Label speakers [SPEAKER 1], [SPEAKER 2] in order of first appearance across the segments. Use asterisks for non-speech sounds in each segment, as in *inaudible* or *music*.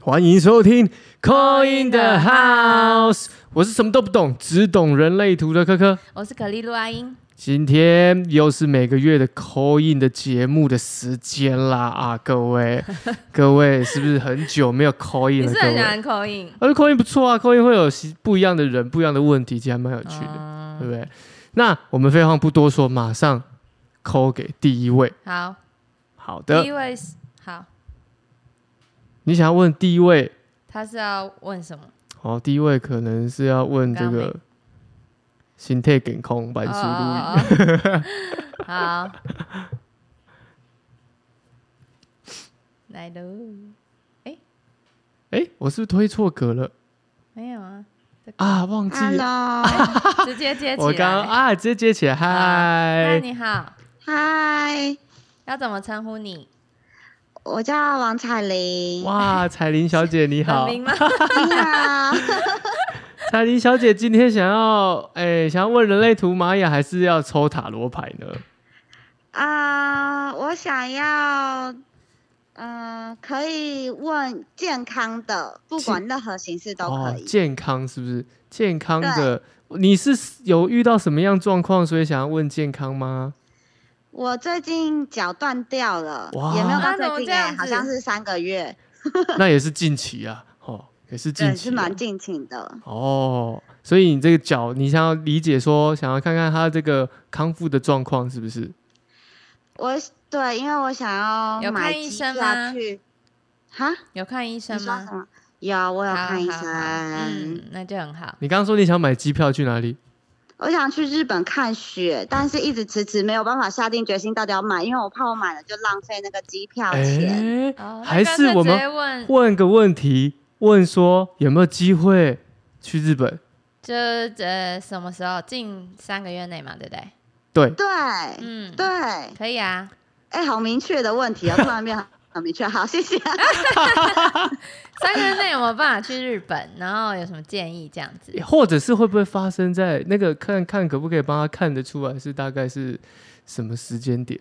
[SPEAKER 1] 欢迎收听《Call in the House》，我是什么都不懂，只懂人类图的科科。
[SPEAKER 2] 我是可丽露阿英，
[SPEAKER 1] 今天又是每个月的 Call in 的节目的时间啦啊，各
[SPEAKER 2] *laughs*
[SPEAKER 1] 位，各位是不是很久没有 Call
[SPEAKER 2] 你
[SPEAKER 1] in 了？
[SPEAKER 2] 是
[SPEAKER 1] 各
[SPEAKER 2] 很喜
[SPEAKER 1] 位，
[SPEAKER 2] 欢口音，
[SPEAKER 1] 而 Call in 不错啊，Call in 会有不一样的人、不一样的问题，其实还蛮有趣的，对
[SPEAKER 2] 嗯，
[SPEAKER 1] 不对？那我们废话不多说，马上 Call 给第一位。
[SPEAKER 2] 好，
[SPEAKER 1] 好
[SPEAKER 2] 第
[SPEAKER 1] 的，
[SPEAKER 2] 一位是好，
[SPEAKER 1] 你想要问第一位
[SPEAKER 2] 他是要问什么？
[SPEAKER 1] 哦，第一位可能是要问这
[SPEAKER 2] 刚
[SPEAKER 1] 个心态健康版
[SPEAKER 2] 哦
[SPEAKER 1] 输入
[SPEAKER 2] 哦
[SPEAKER 1] 语，
[SPEAKER 2] 哦好，来喽，
[SPEAKER 1] 哎、我是不是推错格了
[SPEAKER 2] 没有啊，
[SPEAKER 1] 啊？忘记了， *laughs*
[SPEAKER 3] Hello，
[SPEAKER 2] 直接接起来。
[SPEAKER 1] 我刚刚哎啊，直接接起来，
[SPEAKER 2] 那
[SPEAKER 1] 嗨，
[SPEAKER 2] 你好，
[SPEAKER 3] 嗨，
[SPEAKER 2] 要怎么称呼你？
[SPEAKER 3] 我叫王彩玲。
[SPEAKER 1] 哇，彩玲小姐你好
[SPEAKER 2] *laughs* 本，名吗？
[SPEAKER 3] 你好，
[SPEAKER 1] 彩玲小姐今天想要哎、想要问人类图玛雅还是要抽塔罗牌呢？
[SPEAKER 3] 啊、我想要，嗯、可以问健康的，不管任何形式都可以。
[SPEAKER 1] 哦健康是不是？健康的，你是有遇到什么样状况，所以想要问健康吗？
[SPEAKER 3] 我最近脚断掉了，
[SPEAKER 1] 哇
[SPEAKER 3] 也没有
[SPEAKER 2] 啊
[SPEAKER 3] 到
[SPEAKER 2] 怎么
[SPEAKER 3] 最近、
[SPEAKER 2] 这样
[SPEAKER 3] 欸，
[SPEAKER 2] 子
[SPEAKER 3] 好像是三个月，
[SPEAKER 1] 那也是近期啊，哦，也是近
[SPEAKER 3] 对，
[SPEAKER 1] 期
[SPEAKER 3] 是
[SPEAKER 1] 啊、
[SPEAKER 3] 蛮近期的。
[SPEAKER 1] 哦，所以你这个脚，你想要理解说，想要看看他这个康复的状况是不是？
[SPEAKER 3] 我对，因为我想
[SPEAKER 2] 有
[SPEAKER 3] 要买
[SPEAKER 2] 看医
[SPEAKER 3] 机
[SPEAKER 2] 生吗
[SPEAKER 3] 票去。哈？
[SPEAKER 2] 有看医
[SPEAKER 3] 你
[SPEAKER 2] 生
[SPEAKER 3] 说什
[SPEAKER 2] 吗？
[SPEAKER 3] 么？有，我有
[SPEAKER 2] 好
[SPEAKER 3] 看医
[SPEAKER 2] 好好
[SPEAKER 3] 生。
[SPEAKER 2] 嗯，那就很好。
[SPEAKER 1] 你刚刚说你想买机票去哪里？
[SPEAKER 3] 我想去日本看雪，但是一直迟迟没有办法下定决心到底要买，因为我怕我买了就浪费那个机票
[SPEAKER 1] 哎
[SPEAKER 3] 钱。
[SPEAKER 1] 诶
[SPEAKER 2] 哦，那
[SPEAKER 1] 还
[SPEAKER 2] 干
[SPEAKER 1] 是
[SPEAKER 2] 脆
[SPEAKER 1] 我
[SPEAKER 2] 直
[SPEAKER 1] 们
[SPEAKER 2] 接问，
[SPEAKER 1] 问个问题，问说有没有机会去日本？
[SPEAKER 2] 就是呃什么时候？近三个月内嘛，对不对？
[SPEAKER 1] 对，
[SPEAKER 3] 对，
[SPEAKER 2] 嗯，
[SPEAKER 3] 对，，哎、
[SPEAKER 2] 可以啊。
[SPEAKER 3] 好明确的问题哦，突然变 *laughs* 很明确。好，谢谢。
[SPEAKER 2] 哦三个月内有没有办法去日本？然后有什么建议这样子？
[SPEAKER 1] 或者是会不会发生在那个看看可不可以帮他看得出来是大概是什么时间点？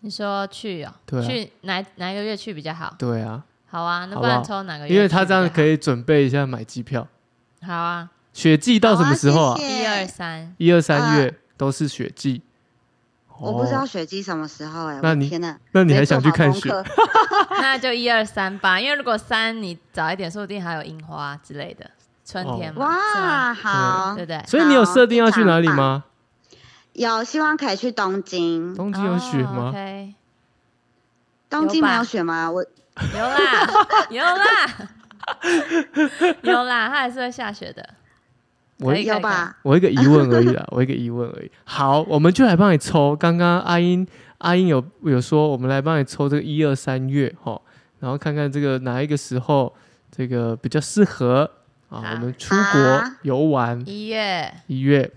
[SPEAKER 2] 你说去哦，
[SPEAKER 1] 对啊
[SPEAKER 2] 去哪哪一个月去比较好？
[SPEAKER 1] 对啊，
[SPEAKER 2] 好啊，那
[SPEAKER 1] 好不
[SPEAKER 2] 不
[SPEAKER 1] 好
[SPEAKER 2] 然抽
[SPEAKER 3] 呃
[SPEAKER 2] 哪个月去比较好？
[SPEAKER 1] 因为他这样可以准备一下买机票。
[SPEAKER 2] 好啊，
[SPEAKER 1] 雪季到什么时候啊
[SPEAKER 3] 好？谢
[SPEAKER 2] 一二
[SPEAKER 3] 谢
[SPEAKER 2] 三，
[SPEAKER 1] 一二三
[SPEAKER 3] 啊
[SPEAKER 1] 月都是雪季。
[SPEAKER 3] *laughs* 我不知道
[SPEAKER 1] 哦，
[SPEAKER 3] 雪姬什么时候哎、我
[SPEAKER 1] 那
[SPEAKER 3] 的
[SPEAKER 1] 你
[SPEAKER 3] 天哪，
[SPEAKER 1] 那
[SPEAKER 3] 那
[SPEAKER 1] 你还想去看雪？
[SPEAKER 2] 那就一二三吧。因为如果三你早一点，说不定还有樱花之类的，春天嘛， *laughs* 是吗
[SPEAKER 3] 哇，好
[SPEAKER 2] 对，不对？
[SPEAKER 1] 所以你有
[SPEAKER 3] 好
[SPEAKER 1] 设定要
[SPEAKER 3] 非
[SPEAKER 1] 去
[SPEAKER 3] 常
[SPEAKER 1] 哪里
[SPEAKER 3] 棒
[SPEAKER 1] 吗？
[SPEAKER 3] 有希望可以去东京。
[SPEAKER 1] 东京
[SPEAKER 2] 哦
[SPEAKER 1] 有雪吗？
[SPEAKER 2] o k
[SPEAKER 3] 东京没
[SPEAKER 2] 有吧
[SPEAKER 3] 有雪吗？我
[SPEAKER 2] 有啦，有啦，有啦，它还是会下雪的。
[SPEAKER 1] 我
[SPEAKER 2] 可以
[SPEAKER 3] 有吧？
[SPEAKER 1] 我一个疑问而已
[SPEAKER 2] *laughs*
[SPEAKER 1] 啦，我一个疑问而已。好，我们就来帮你抽。刚刚阿英阿英有有说，我们来帮你抽这个一二三月哈，然后看看这个哪一个时候这个比较适合啊，
[SPEAKER 2] 好
[SPEAKER 1] 我们出国
[SPEAKER 3] 啊
[SPEAKER 1] 游玩。
[SPEAKER 2] 一月、
[SPEAKER 1] 一月、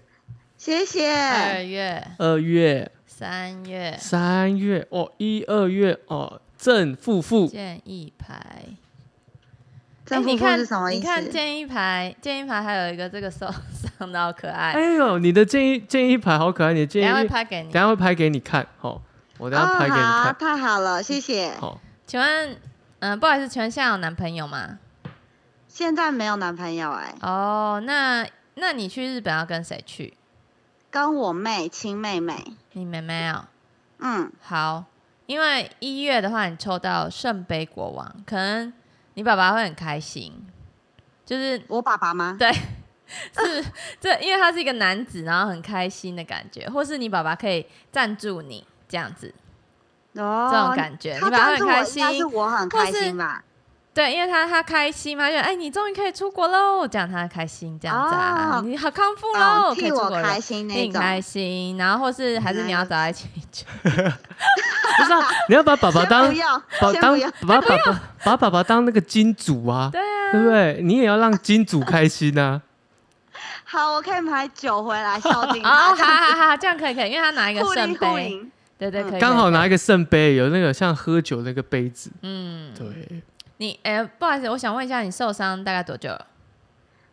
[SPEAKER 3] 谢谢。
[SPEAKER 2] 二月、
[SPEAKER 1] 二月、
[SPEAKER 2] 三月，
[SPEAKER 1] 三月哦，一二月哦，正负负
[SPEAKER 2] 建议牌。
[SPEAKER 3] 正
[SPEAKER 2] 哎
[SPEAKER 3] 负
[SPEAKER 2] 你
[SPEAKER 3] 负
[SPEAKER 2] 看
[SPEAKER 3] 是什么意
[SPEAKER 2] 你
[SPEAKER 3] 思？
[SPEAKER 2] 看建议牌，建议牌还有一个这个手 *laughs* 上的好可爱，
[SPEAKER 1] 哎呦，你的建议建议牌好可爱，你的
[SPEAKER 2] 等一
[SPEAKER 1] 建
[SPEAKER 2] 下会
[SPEAKER 1] 议
[SPEAKER 2] 拍给
[SPEAKER 1] 等一
[SPEAKER 2] 你。
[SPEAKER 1] 下会拍给你看，好、我等一下拍给你
[SPEAKER 3] 哦，好，
[SPEAKER 1] 看，
[SPEAKER 3] 太好了，谢谢。
[SPEAKER 1] 好、
[SPEAKER 2] 请问，嗯、不好意思，请问现在有男朋友吗？
[SPEAKER 3] 现在没有男朋友哎、
[SPEAKER 2] 哦，那那你去日本要跟谁去？
[SPEAKER 3] 跟我妹亲妹妹，
[SPEAKER 2] 你妹妹哦。
[SPEAKER 3] 嗯，
[SPEAKER 2] 好，因为一月的话，你抽到圣杯国王，可能你爸爸会很开心，就是
[SPEAKER 3] 我爸爸吗？
[SPEAKER 2] 对，是这，因为他是一个男子，然后很开心的感觉，或是你爸爸可以赞助你这样子，
[SPEAKER 3] 哦
[SPEAKER 2] 这种感觉，
[SPEAKER 3] 他
[SPEAKER 2] 你爸爸会
[SPEAKER 3] 帮助
[SPEAKER 2] 很
[SPEAKER 3] 我
[SPEAKER 2] 开
[SPEAKER 3] 应该是
[SPEAKER 2] 心。
[SPEAKER 3] 我很开心吧？
[SPEAKER 2] 对，因为他他开心嘛，就哎，你终于可以出国喽，这样他开心，这样子啊，
[SPEAKER 3] 哦
[SPEAKER 2] 你好康复喽，
[SPEAKER 3] 嗯，
[SPEAKER 2] 可以
[SPEAKER 3] 替
[SPEAKER 2] 出
[SPEAKER 3] 我
[SPEAKER 2] 国了
[SPEAKER 3] 开心
[SPEAKER 2] 替
[SPEAKER 3] 那
[SPEAKER 2] 你
[SPEAKER 3] 种。
[SPEAKER 2] 开心，然后或是还是你要找他一起去，
[SPEAKER 1] 不是啊， *laughs* 你要把爸爸
[SPEAKER 3] 先
[SPEAKER 1] 当
[SPEAKER 3] 不要，
[SPEAKER 1] 把
[SPEAKER 3] 先不
[SPEAKER 1] 当
[SPEAKER 3] 要。
[SPEAKER 1] 把爸爸把爸爸当那个金主啊，
[SPEAKER 2] 对
[SPEAKER 3] *laughs*
[SPEAKER 2] 啊，
[SPEAKER 1] 对不对？你也要让金主开心啊。
[SPEAKER 3] 好，我可以买酒
[SPEAKER 2] *laughs*
[SPEAKER 3] 回来孝敬
[SPEAKER 2] 哦，好
[SPEAKER 3] 他，这样
[SPEAKER 2] 好好，这样可以可以，因为他拿一个
[SPEAKER 3] 互
[SPEAKER 2] 圣
[SPEAKER 3] 利互
[SPEAKER 2] 杯，
[SPEAKER 3] 赢。
[SPEAKER 2] 对对，可以
[SPEAKER 3] 啊
[SPEAKER 2] 可以，
[SPEAKER 1] 刚好拿一个圣杯，有那个像喝酒那个杯子。
[SPEAKER 2] 嗯，
[SPEAKER 1] 对，
[SPEAKER 2] 你哎，不好意思，我想问一下，你受伤大概多久了？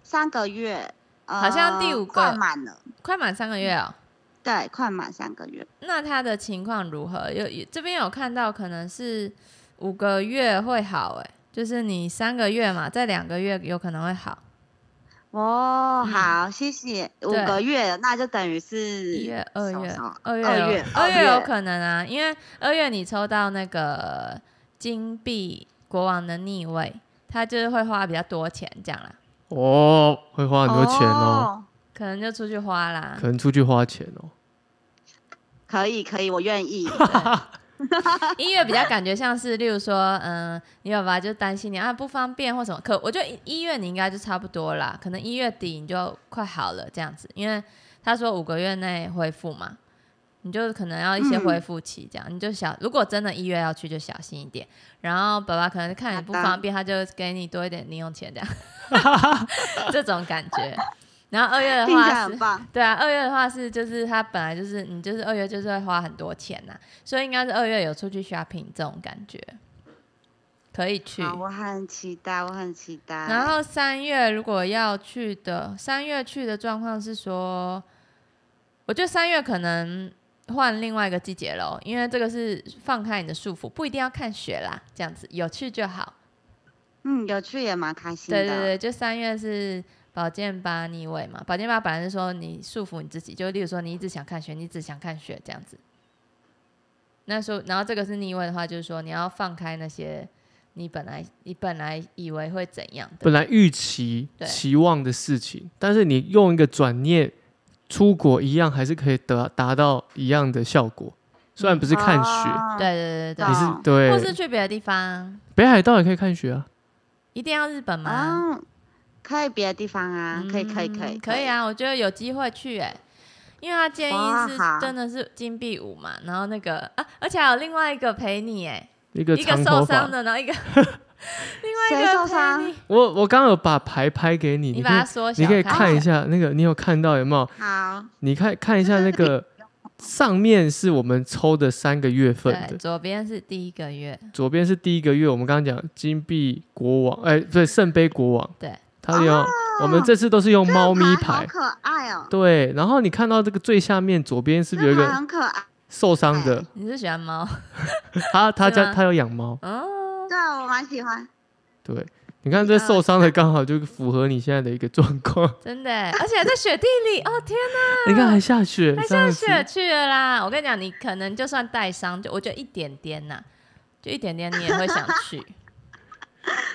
[SPEAKER 3] 三个月，呃
[SPEAKER 2] 好像第五个
[SPEAKER 3] 快满了，
[SPEAKER 2] 快满三个月哦。
[SPEAKER 3] 对，快满三个月。
[SPEAKER 2] 那他的情况如何？有有这边有看到，可能是五个月会好哎、就是你三个月嘛，在两个月有可能会好，
[SPEAKER 3] 哦，好，谢谢。五
[SPEAKER 2] 嗯对
[SPEAKER 3] 个月，那就等于是
[SPEAKER 2] 一月、二月
[SPEAKER 3] 什么、
[SPEAKER 2] 二月、
[SPEAKER 3] 二月、
[SPEAKER 2] 二月有可能啊，因为二月你抽到那个金币国王的逆位，他就是会花比较多钱这样啦，
[SPEAKER 1] 哦，会花很多钱哦，
[SPEAKER 3] 哦。
[SPEAKER 2] 可能就出去花啦
[SPEAKER 1] 可，能出去花钱哦。
[SPEAKER 3] 可以，可以，我
[SPEAKER 2] *laughs*
[SPEAKER 3] 愿意。
[SPEAKER 2] 音乐比较感觉像是，例如说，嗯，你爸爸就担心你啊不方便或什么，可我觉得一月你应该就差不多啦，可能一月底你就快好了这样子，因为他说五个月内恢复嘛，你就可能要一些
[SPEAKER 3] 嗯
[SPEAKER 2] 恢复期这样，你就小，如果真的一月要去就小心一点，然后爸爸可能看你不
[SPEAKER 3] 好的
[SPEAKER 2] 方便，他就给你多一点零用钱这样， *laughs* 这种感觉。然后二月的
[SPEAKER 3] 听起
[SPEAKER 2] 话
[SPEAKER 3] 来
[SPEAKER 2] 是
[SPEAKER 3] 很，棒。
[SPEAKER 2] 对啊，二月的话是就是他本来就是你就是二月就是会花很多钱呐、所以应该是二月有出去 shopping 这种感觉，可以去。
[SPEAKER 3] 好，我啊很期待，我很期待。
[SPEAKER 2] 然后三月如果要去的，三月去的状况是说，我觉得三月可能换另外一个季节喽，因为这个是放开你的束缚，不一定要看雪啦，这样子有趣就好。
[SPEAKER 3] 嗯，有趣也蛮开心的。
[SPEAKER 2] 对对对，就三月是保健吧逆位嘛，保健吧本来是说你束缚你自己，就例如说你一直想看雪，你只想看雪这样子。那时候，然后这个是逆位的话，就是说你要放开那些你本来你本来以为会怎样的，
[SPEAKER 1] 本来预期
[SPEAKER 2] 对
[SPEAKER 1] 期望的事情，但是你用一个转念出国，一样还是可以得达到一样的效果。虽然不是看雪，
[SPEAKER 3] 哦
[SPEAKER 2] 对对对对
[SPEAKER 1] 你
[SPEAKER 3] 哦
[SPEAKER 1] 是
[SPEAKER 3] 懂
[SPEAKER 1] 对
[SPEAKER 2] 对，或是去别的地方，
[SPEAKER 1] 北海道也可以看雪啊。
[SPEAKER 2] 一定要日本吗？
[SPEAKER 3] 啊，可以别的地方啊，可以可以可以
[SPEAKER 2] 嗯可以。啊，我觉得有机会去哎、因为他建议
[SPEAKER 3] 哇
[SPEAKER 2] 是
[SPEAKER 3] 好
[SPEAKER 2] 真的是金币舞嘛，然后那个啊，而且还有另外一个陪你哎、
[SPEAKER 1] 一个
[SPEAKER 2] 一个
[SPEAKER 1] 长
[SPEAKER 2] 受
[SPEAKER 1] 头
[SPEAKER 2] 伤
[SPEAKER 1] 发，
[SPEAKER 2] 的，
[SPEAKER 1] *laughs*
[SPEAKER 2] 然后一个另外一
[SPEAKER 3] 谁
[SPEAKER 2] 个
[SPEAKER 3] 受伤
[SPEAKER 2] 陪你
[SPEAKER 1] 我我刚刚有把牌拍给你，
[SPEAKER 2] 你
[SPEAKER 1] 你
[SPEAKER 2] 把
[SPEAKER 1] 可以
[SPEAKER 2] 它缩小，
[SPEAKER 1] 你可以看一下那个，你有看到有没有？
[SPEAKER 3] 好，
[SPEAKER 1] 你看看一下那个上面是我们抽的三个月份
[SPEAKER 2] 对，
[SPEAKER 1] 的，
[SPEAKER 2] 左边是第一个月，
[SPEAKER 1] 左边是第一个月，我们刚刚讲金币国王，哎、不对，圣杯国王，
[SPEAKER 2] 对，哦
[SPEAKER 1] 它有、我们这次都是用猫咪牌
[SPEAKER 3] 好，可爱哦，
[SPEAKER 1] 对，然后你看到这个最下面左边是不是有一
[SPEAKER 3] 这牌
[SPEAKER 1] 个
[SPEAKER 3] 很可爱。
[SPEAKER 1] 受伤的？
[SPEAKER 2] 你是喜欢 *laughs* 猫
[SPEAKER 1] 他他
[SPEAKER 2] 是
[SPEAKER 1] 家
[SPEAKER 2] 吗
[SPEAKER 1] 他有养猫，
[SPEAKER 2] 哦，
[SPEAKER 3] 对，我蛮喜欢。
[SPEAKER 1] 对，你看
[SPEAKER 2] 嗯
[SPEAKER 1] 这受伤的刚好就符合你现在的一个状况。
[SPEAKER 2] 真的耶，而且还在雪地里，哦天哪，
[SPEAKER 1] 你看还下雪，
[SPEAKER 2] 还
[SPEAKER 1] 这
[SPEAKER 2] 下
[SPEAKER 1] 样子
[SPEAKER 2] 雪去了啦！我跟你讲，你可能就算带伤，就我觉得一点点呐、就一点点你也会想 *laughs* 去，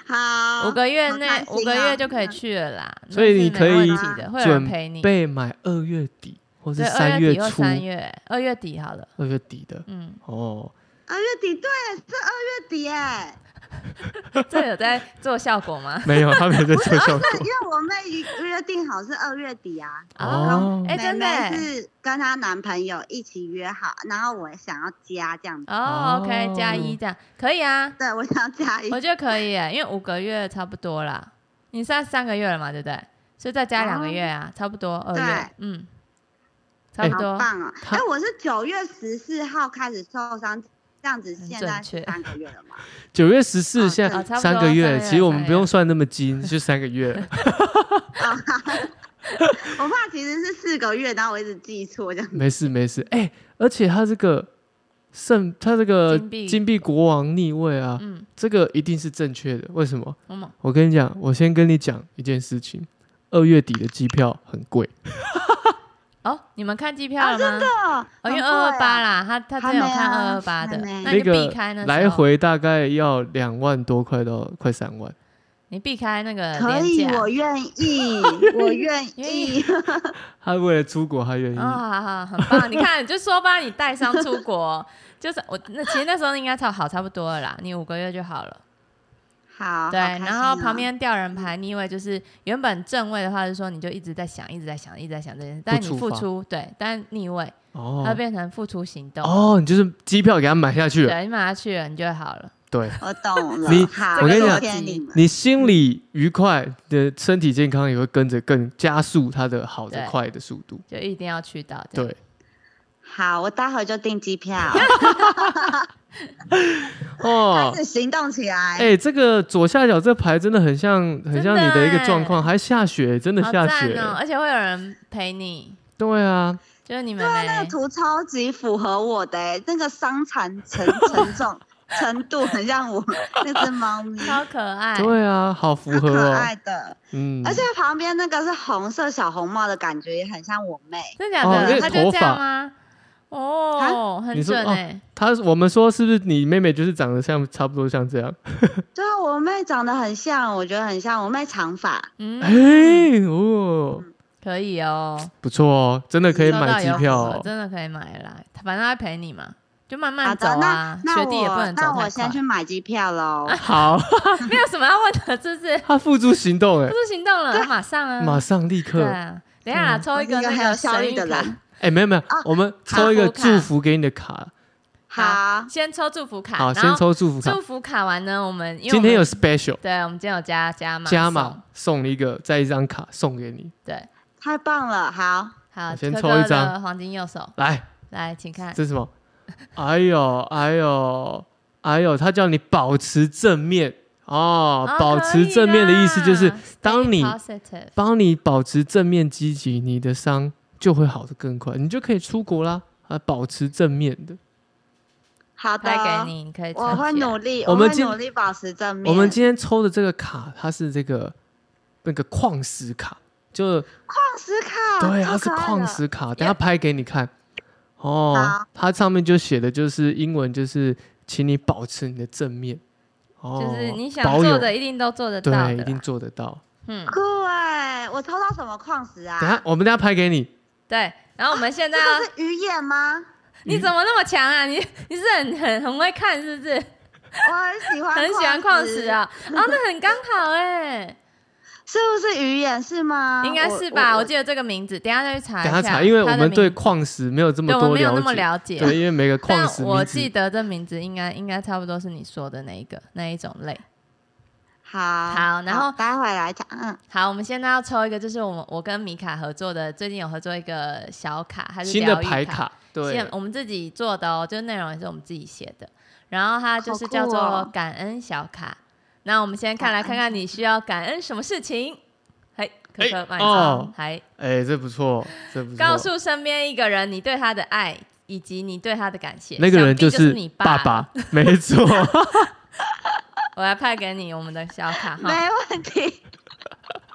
[SPEAKER 3] 好，
[SPEAKER 2] 五个月
[SPEAKER 3] 好
[SPEAKER 2] 内、
[SPEAKER 3] 开心
[SPEAKER 2] 五个月
[SPEAKER 3] 哦
[SPEAKER 2] 就可以去了啦，那
[SPEAKER 1] 所以
[SPEAKER 2] 是
[SPEAKER 1] 你
[SPEAKER 2] 没
[SPEAKER 1] 可
[SPEAKER 2] 问
[SPEAKER 1] 以
[SPEAKER 2] 题的，会有人陪
[SPEAKER 1] 准
[SPEAKER 2] 你，
[SPEAKER 1] 备买二月底或是
[SPEAKER 2] 对，二
[SPEAKER 1] 三
[SPEAKER 2] 月底或
[SPEAKER 1] 初，
[SPEAKER 2] 三月，二月底好了，
[SPEAKER 1] 二月底的 *laughs*
[SPEAKER 2] 嗯，
[SPEAKER 1] 哦。
[SPEAKER 3] 二月底，对，是二月底
[SPEAKER 1] *laughs*
[SPEAKER 3] 哎，
[SPEAKER 2] 这有在做效果吗？
[SPEAKER 1] 没有，他没有在做
[SPEAKER 2] *laughs*
[SPEAKER 1] 效果。
[SPEAKER 3] 因为我妹约定好是二月底啊。
[SPEAKER 1] 哦
[SPEAKER 2] 哎、真的
[SPEAKER 3] 妹妹
[SPEAKER 2] 耶。
[SPEAKER 3] 是跟她男朋友一起约好，然后我想要加这样子，
[SPEAKER 2] 哦、o k 加一这样可以啊，
[SPEAKER 3] 对我想要加一
[SPEAKER 2] 我，觉得可以耶，因为五个月差不多啦。你现在三个月了嘛，对不对？所以再加两个月啊，差不多二月
[SPEAKER 3] 对，
[SPEAKER 2] 嗯，差不多。
[SPEAKER 3] 好棒哦！
[SPEAKER 1] 她
[SPEAKER 3] 哎，我是九月十四号开始受伤，这样子现在
[SPEAKER 2] 很准
[SPEAKER 3] 是
[SPEAKER 2] 确
[SPEAKER 3] 三个月了嘛？
[SPEAKER 1] 九月十四，
[SPEAKER 3] 哦
[SPEAKER 1] 现
[SPEAKER 3] 对
[SPEAKER 1] 在
[SPEAKER 2] 哦差不多
[SPEAKER 1] 三个
[SPEAKER 2] 三个
[SPEAKER 1] 月，
[SPEAKER 2] 月
[SPEAKER 1] 其实我们
[SPEAKER 2] 三个
[SPEAKER 1] 不用
[SPEAKER 2] 月
[SPEAKER 1] 算那么精，就三个月。
[SPEAKER 2] *laughs*
[SPEAKER 3] 我怕其实是四个月，然后我一直记错这样。
[SPEAKER 1] 没事没事，哎、而且他这个圣，他这个
[SPEAKER 2] 金币
[SPEAKER 1] 金币国王逆位啊，
[SPEAKER 2] 嗯，
[SPEAKER 1] 这个一定是正确的。为什么？
[SPEAKER 2] 我们
[SPEAKER 1] 我跟你讲，我先跟你讲一件事情，二月底的机票很贵，
[SPEAKER 2] 哦，你们看机票了吗？
[SPEAKER 3] 哦，
[SPEAKER 2] 哦，因为
[SPEAKER 3] 很贵
[SPEAKER 2] 二
[SPEAKER 3] 啊
[SPEAKER 2] 二八，啦，他他只有
[SPEAKER 3] 还没
[SPEAKER 2] 看二
[SPEAKER 3] 啊
[SPEAKER 2] 二八的，
[SPEAKER 3] 还没
[SPEAKER 2] 那你就
[SPEAKER 1] 个
[SPEAKER 2] 避开那时候
[SPEAKER 1] 来，回大概要两万多块到快三万。
[SPEAKER 2] 你避开那个
[SPEAKER 3] 可以，
[SPEAKER 2] 廉价
[SPEAKER 3] 我愿
[SPEAKER 2] *laughs*
[SPEAKER 3] 意，我愿意。
[SPEAKER 1] 他为了出国，他愿意。
[SPEAKER 2] 哦，好好，很棒！你看，你就说吧，你带伤出国， *laughs* 就是我那其实那时候应该差好差不多了啦，你五个月就好了。
[SPEAKER 3] 好，
[SPEAKER 2] 对，
[SPEAKER 3] 好开心
[SPEAKER 2] 然后
[SPEAKER 3] 哦
[SPEAKER 2] 旁边吊人牌逆位就是原本正位的话，是说你就一直在想，一直在想，一直在想这件事，但你
[SPEAKER 1] 触
[SPEAKER 2] 付
[SPEAKER 1] 发
[SPEAKER 2] 出对，但逆位它
[SPEAKER 1] 哦
[SPEAKER 2] 变成付出行动，
[SPEAKER 1] 哦，你就是机票给他买下去了。
[SPEAKER 2] 对，你买下去了，你就会好了。
[SPEAKER 1] 对，
[SPEAKER 3] 我
[SPEAKER 2] *laughs*
[SPEAKER 3] 懂了。
[SPEAKER 1] 你
[SPEAKER 3] 好，
[SPEAKER 1] 我跟你
[SPEAKER 3] 谢
[SPEAKER 1] 讲
[SPEAKER 3] 谢你们
[SPEAKER 1] 你心里愉快，你的身体健康也会跟着更加速它的好的
[SPEAKER 2] 对
[SPEAKER 1] 快的速度。
[SPEAKER 2] 就一定要去到，这样
[SPEAKER 1] 对，
[SPEAKER 3] 好，我待会就订
[SPEAKER 2] *laughs*
[SPEAKER 3] 机票，
[SPEAKER 1] 哦
[SPEAKER 3] 开，始行动起来。
[SPEAKER 1] 哎、这个左下角这牌真的很像，很像
[SPEAKER 2] 真的
[SPEAKER 1] 你的一个
[SPEAKER 2] 哎
[SPEAKER 1] 状况，还下雪，真的
[SPEAKER 2] 好
[SPEAKER 1] 下
[SPEAKER 2] 赞
[SPEAKER 1] 雪。
[SPEAKER 2] 哦！而且会有人陪你，
[SPEAKER 1] 对啊，
[SPEAKER 2] 就是你们
[SPEAKER 3] 对啊，那个
[SPEAKER 2] 妹，
[SPEAKER 3] 图超级符合我的、欸，那个伤残沉沉重， *laughs* 程度很像我 *laughs* 那只猫咪，
[SPEAKER 2] 超可爱。
[SPEAKER 1] 对啊，好符
[SPEAKER 3] 超
[SPEAKER 1] 合
[SPEAKER 3] 可
[SPEAKER 1] 哦，
[SPEAKER 3] 爱的。
[SPEAKER 1] 嗯，
[SPEAKER 3] 而且旁边那个是红色小红帽的感觉，也很像我妹。
[SPEAKER 2] 真的假
[SPEAKER 1] 哦那
[SPEAKER 2] 的？
[SPEAKER 1] 个
[SPEAKER 2] 他就
[SPEAKER 1] 头
[SPEAKER 2] 这
[SPEAKER 1] 发
[SPEAKER 2] 样吗？
[SPEAKER 3] 啊
[SPEAKER 2] 哦，很
[SPEAKER 1] 你说
[SPEAKER 2] 准
[SPEAKER 1] 哦
[SPEAKER 2] 哎。
[SPEAKER 1] 他我们说是不是你妹妹就是长得像差不多像这样？
[SPEAKER 3] 对啊，我妹长得很像，我觉得很像我妹长发。
[SPEAKER 1] 哎、 *laughs*
[SPEAKER 2] 嗯，
[SPEAKER 1] 哦，
[SPEAKER 2] 可以哦，
[SPEAKER 1] 不错哦，真的可以
[SPEAKER 2] 收到
[SPEAKER 1] 买机
[SPEAKER 2] 有
[SPEAKER 1] 票、
[SPEAKER 2] 符合
[SPEAKER 1] 哦。
[SPEAKER 2] 真的可以买啦。他反正他陪你嘛，就慢
[SPEAKER 3] 好
[SPEAKER 2] 慢走
[SPEAKER 3] 的，
[SPEAKER 2] 啊
[SPEAKER 3] 那。那
[SPEAKER 2] 学弟也不
[SPEAKER 3] 我
[SPEAKER 2] 能走
[SPEAKER 3] 那
[SPEAKER 2] 太快。
[SPEAKER 3] 我先去买机票喽。
[SPEAKER 2] *laughs*
[SPEAKER 1] 好， *laughs*
[SPEAKER 2] 没有什么要问的，是不是？
[SPEAKER 1] 他付诸行动哎
[SPEAKER 2] 不，是行动了，马上啊，
[SPEAKER 1] 马上立
[SPEAKER 2] 对
[SPEAKER 1] 刻。哎、
[SPEAKER 2] 啊。等一下啦，抽
[SPEAKER 3] 我
[SPEAKER 2] 一
[SPEAKER 3] 是
[SPEAKER 2] 个
[SPEAKER 3] 一个
[SPEAKER 2] 那
[SPEAKER 3] 很有
[SPEAKER 2] 个
[SPEAKER 3] 效
[SPEAKER 2] 神
[SPEAKER 3] 率的
[SPEAKER 2] 谕卡
[SPEAKER 3] 人，
[SPEAKER 1] 没有没有，
[SPEAKER 3] 啊
[SPEAKER 1] 我们
[SPEAKER 2] 哦卡
[SPEAKER 1] 抽
[SPEAKER 2] 夫
[SPEAKER 1] 一个
[SPEAKER 2] 卡
[SPEAKER 1] 祝福给你的卡。
[SPEAKER 3] 好，
[SPEAKER 2] 先抽祝福卡，
[SPEAKER 1] 好，
[SPEAKER 2] 然
[SPEAKER 1] 先
[SPEAKER 2] 后
[SPEAKER 1] 抽祝福卡
[SPEAKER 2] 祝。福卡完呢，我们因为
[SPEAKER 1] 今天
[SPEAKER 2] 我
[SPEAKER 1] 有
[SPEAKER 2] 们
[SPEAKER 1] special
[SPEAKER 2] 对，我们今天有加加码
[SPEAKER 1] 加
[SPEAKER 2] 送
[SPEAKER 1] 码送一个，再一张卡送给你。
[SPEAKER 2] 对，
[SPEAKER 3] 太棒了，好，
[SPEAKER 2] 好，
[SPEAKER 1] 我先
[SPEAKER 2] 科
[SPEAKER 1] 抽
[SPEAKER 2] 科
[SPEAKER 1] 一张
[SPEAKER 2] 的黄金右手，
[SPEAKER 1] 来，
[SPEAKER 2] 来，请看，
[SPEAKER 1] 这是什么？哎呦哎呦哎呦，他叫你保持正面哦
[SPEAKER 2] 哦
[SPEAKER 1] 保
[SPEAKER 2] 可
[SPEAKER 1] 持
[SPEAKER 2] 以
[SPEAKER 1] 正面的意思就是
[SPEAKER 2] 啦 Stay
[SPEAKER 1] 当你
[SPEAKER 2] positive
[SPEAKER 1] 帮你保持正面积极，你的伤就会好的更快，你就可以出国啦。啊，保持正面的。
[SPEAKER 3] 好的，
[SPEAKER 2] 带给你，你可以
[SPEAKER 3] 我
[SPEAKER 2] 存
[SPEAKER 3] 会
[SPEAKER 2] 起来
[SPEAKER 3] 努力，
[SPEAKER 1] 我
[SPEAKER 3] 我
[SPEAKER 1] 们
[SPEAKER 3] 会
[SPEAKER 1] 今
[SPEAKER 3] 努力保持正面。
[SPEAKER 1] 我们今天抽的这个卡，它是这个那个矿石卡，
[SPEAKER 2] 哦
[SPEAKER 1] 就
[SPEAKER 3] 矿石卡，
[SPEAKER 1] 对，
[SPEAKER 3] 超
[SPEAKER 1] 它是
[SPEAKER 3] 可爱
[SPEAKER 1] 矿
[SPEAKER 3] 的
[SPEAKER 1] 石卡，等下拍给你看。哦
[SPEAKER 3] 好，
[SPEAKER 1] 它上面就写的就是英文，就是请你保持你的正面。哦，
[SPEAKER 2] 就是你想
[SPEAKER 1] 保
[SPEAKER 2] 做
[SPEAKER 1] 有
[SPEAKER 2] 的一定都做得到的
[SPEAKER 1] 对，
[SPEAKER 2] 啦，
[SPEAKER 1] 一定做得到。
[SPEAKER 2] 嗯，
[SPEAKER 3] 酷哎、我抽到什么矿石啊？
[SPEAKER 1] 等下我们等下拍给你，
[SPEAKER 2] 对。然后我们现在
[SPEAKER 1] *laughs*
[SPEAKER 3] 这
[SPEAKER 2] 要
[SPEAKER 3] 个是鱼眼吗？
[SPEAKER 2] 你怎么那么强啊？你你是很很很会看是不是？
[SPEAKER 3] 我很喜欢，
[SPEAKER 2] 很喜欢矿石！啊，啊，那很刚好哎、
[SPEAKER 3] 是不是鱼眼是吗？
[SPEAKER 2] 应该是啊吧？我
[SPEAKER 3] 我
[SPEAKER 2] 记得这个名字，等一下再去查
[SPEAKER 1] 等
[SPEAKER 2] 一下。
[SPEAKER 1] 下查，因为我
[SPEAKER 2] 它的
[SPEAKER 1] 们
[SPEAKER 2] 名
[SPEAKER 1] 对矿石没有这么
[SPEAKER 2] 对我
[SPEAKER 1] 多
[SPEAKER 2] 们没有那
[SPEAKER 1] 了
[SPEAKER 2] 么
[SPEAKER 1] 解，
[SPEAKER 2] 了解，
[SPEAKER 1] 对，因为每个矿
[SPEAKER 2] 但
[SPEAKER 1] 石
[SPEAKER 2] 我
[SPEAKER 1] 名字
[SPEAKER 2] 记得这名字应该应该差不多是你说的那一个那一种类。
[SPEAKER 3] 好
[SPEAKER 2] 好然后
[SPEAKER 3] 待会来讲，嗯，
[SPEAKER 2] 好，我们现在要抽一个，就是我们我跟米卡合作的，最近有合作一个小卡，还是
[SPEAKER 1] 新的
[SPEAKER 2] 疗愈
[SPEAKER 1] 牌
[SPEAKER 2] 卡，
[SPEAKER 1] 卡，对
[SPEAKER 2] 现，我们自己做的哦，就是内容也是我们自己写的。然后它就是
[SPEAKER 3] 好酷
[SPEAKER 2] 叫做
[SPEAKER 3] 哦
[SPEAKER 2] 感恩小卡。那我们先看来看看你需要感恩什么事情。嘿，可
[SPEAKER 1] 哎
[SPEAKER 2] 可帮你
[SPEAKER 1] 哦
[SPEAKER 2] 抽，还
[SPEAKER 1] 哎，这不错，这不错。
[SPEAKER 2] 告诉身边一个人你对他的爱以及你对他的感谢。
[SPEAKER 1] 那个人
[SPEAKER 2] 想必就是你
[SPEAKER 1] 爸
[SPEAKER 2] 爸。
[SPEAKER 1] 爸，没
[SPEAKER 2] *laughs*
[SPEAKER 1] 错。
[SPEAKER 2] 我来派给你我们的小卡哈。
[SPEAKER 3] 没问题。 *laughs*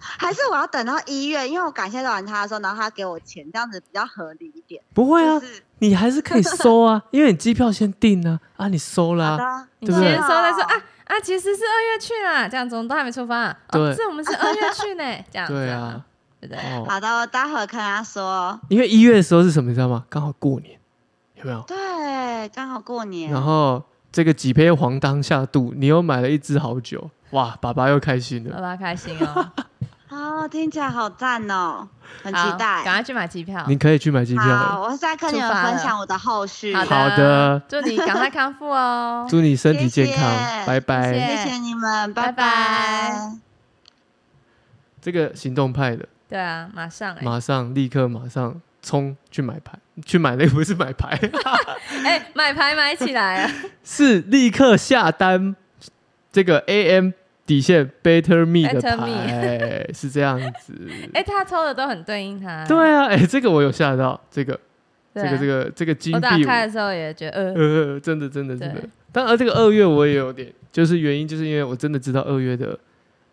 [SPEAKER 3] 还是我要等到一月，因为我感谢完他的时候，然后他给我钱，这样子比较合理一点。
[SPEAKER 1] 不会啊
[SPEAKER 3] 就，是
[SPEAKER 1] 你还是可以收啊，因为你机票先订啊，啊，你收
[SPEAKER 3] 好
[SPEAKER 1] 啦，
[SPEAKER 3] 的，嗯
[SPEAKER 2] 你
[SPEAKER 1] 对不对
[SPEAKER 2] 先收再说啊啊，其实是二月去啊，这样子我们都还没出发、啊。哦，
[SPEAKER 1] 对
[SPEAKER 2] 是我们是二月
[SPEAKER 1] *laughs*
[SPEAKER 2] 去呢，这样子、
[SPEAKER 1] 对啊，，
[SPEAKER 2] 对不对？
[SPEAKER 1] *laughs* 哦，
[SPEAKER 3] 好的，我待会儿跟他说。
[SPEAKER 1] 因为一月的时候是什么，你知道吗？刚好过年，有没有？
[SPEAKER 3] 对，刚好过年，
[SPEAKER 1] 然后这个几杯黄当下肚，你又买了一支好酒，哇，爸爸又开心了。
[SPEAKER 2] 爸爸开心哦，
[SPEAKER 3] 哦，听起来好赞哦，很期
[SPEAKER 2] 好
[SPEAKER 3] 待。
[SPEAKER 2] 赶快去买机票。
[SPEAKER 1] 你可以去买机票
[SPEAKER 3] 好，
[SPEAKER 1] 了。
[SPEAKER 3] 我再跟你们
[SPEAKER 2] 出发了
[SPEAKER 3] 分享我的后续。
[SPEAKER 2] 好的，
[SPEAKER 1] 好的
[SPEAKER 2] 祝你赶快康复哦。
[SPEAKER 1] 祝你身体健康，
[SPEAKER 3] 谢谢
[SPEAKER 1] 拜拜。
[SPEAKER 2] 谢
[SPEAKER 3] 谢谢你们，
[SPEAKER 2] 拜
[SPEAKER 3] 拜
[SPEAKER 2] 拜
[SPEAKER 3] 拜。
[SPEAKER 1] 这个行动派的，
[SPEAKER 2] 对啊，马上哎、
[SPEAKER 1] 马上立刻马上冲去买牌，去买那个不是买牌，
[SPEAKER 2] 哎、买牌买起来啊！ *laughs*
[SPEAKER 1] 是立刻下单。这个 AM 底线 Better Me 的
[SPEAKER 2] Better
[SPEAKER 1] 牌 *laughs* 是这样子。
[SPEAKER 2] 哎、他抽的都很对应他。
[SPEAKER 1] 对啊，哎、这个我有吓到，这个、
[SPEAKER 2] 嗯对
[SPEAKER 1] 这
[SPEAKER 2] 啊
[SPEAKER 1] 个这个这个金
[SPEAKER 2] 我打
[SPEAKER 1] 币，
[SPEAKER 2] 开的时候也觉得，呃，
[SPEAKER 1] 呃，真的真的真的
[SPEAKER 2] 对。
[SPEAKER 1] 当然，这个二月我也有点，就是原因，就是因为我真的知道二月的，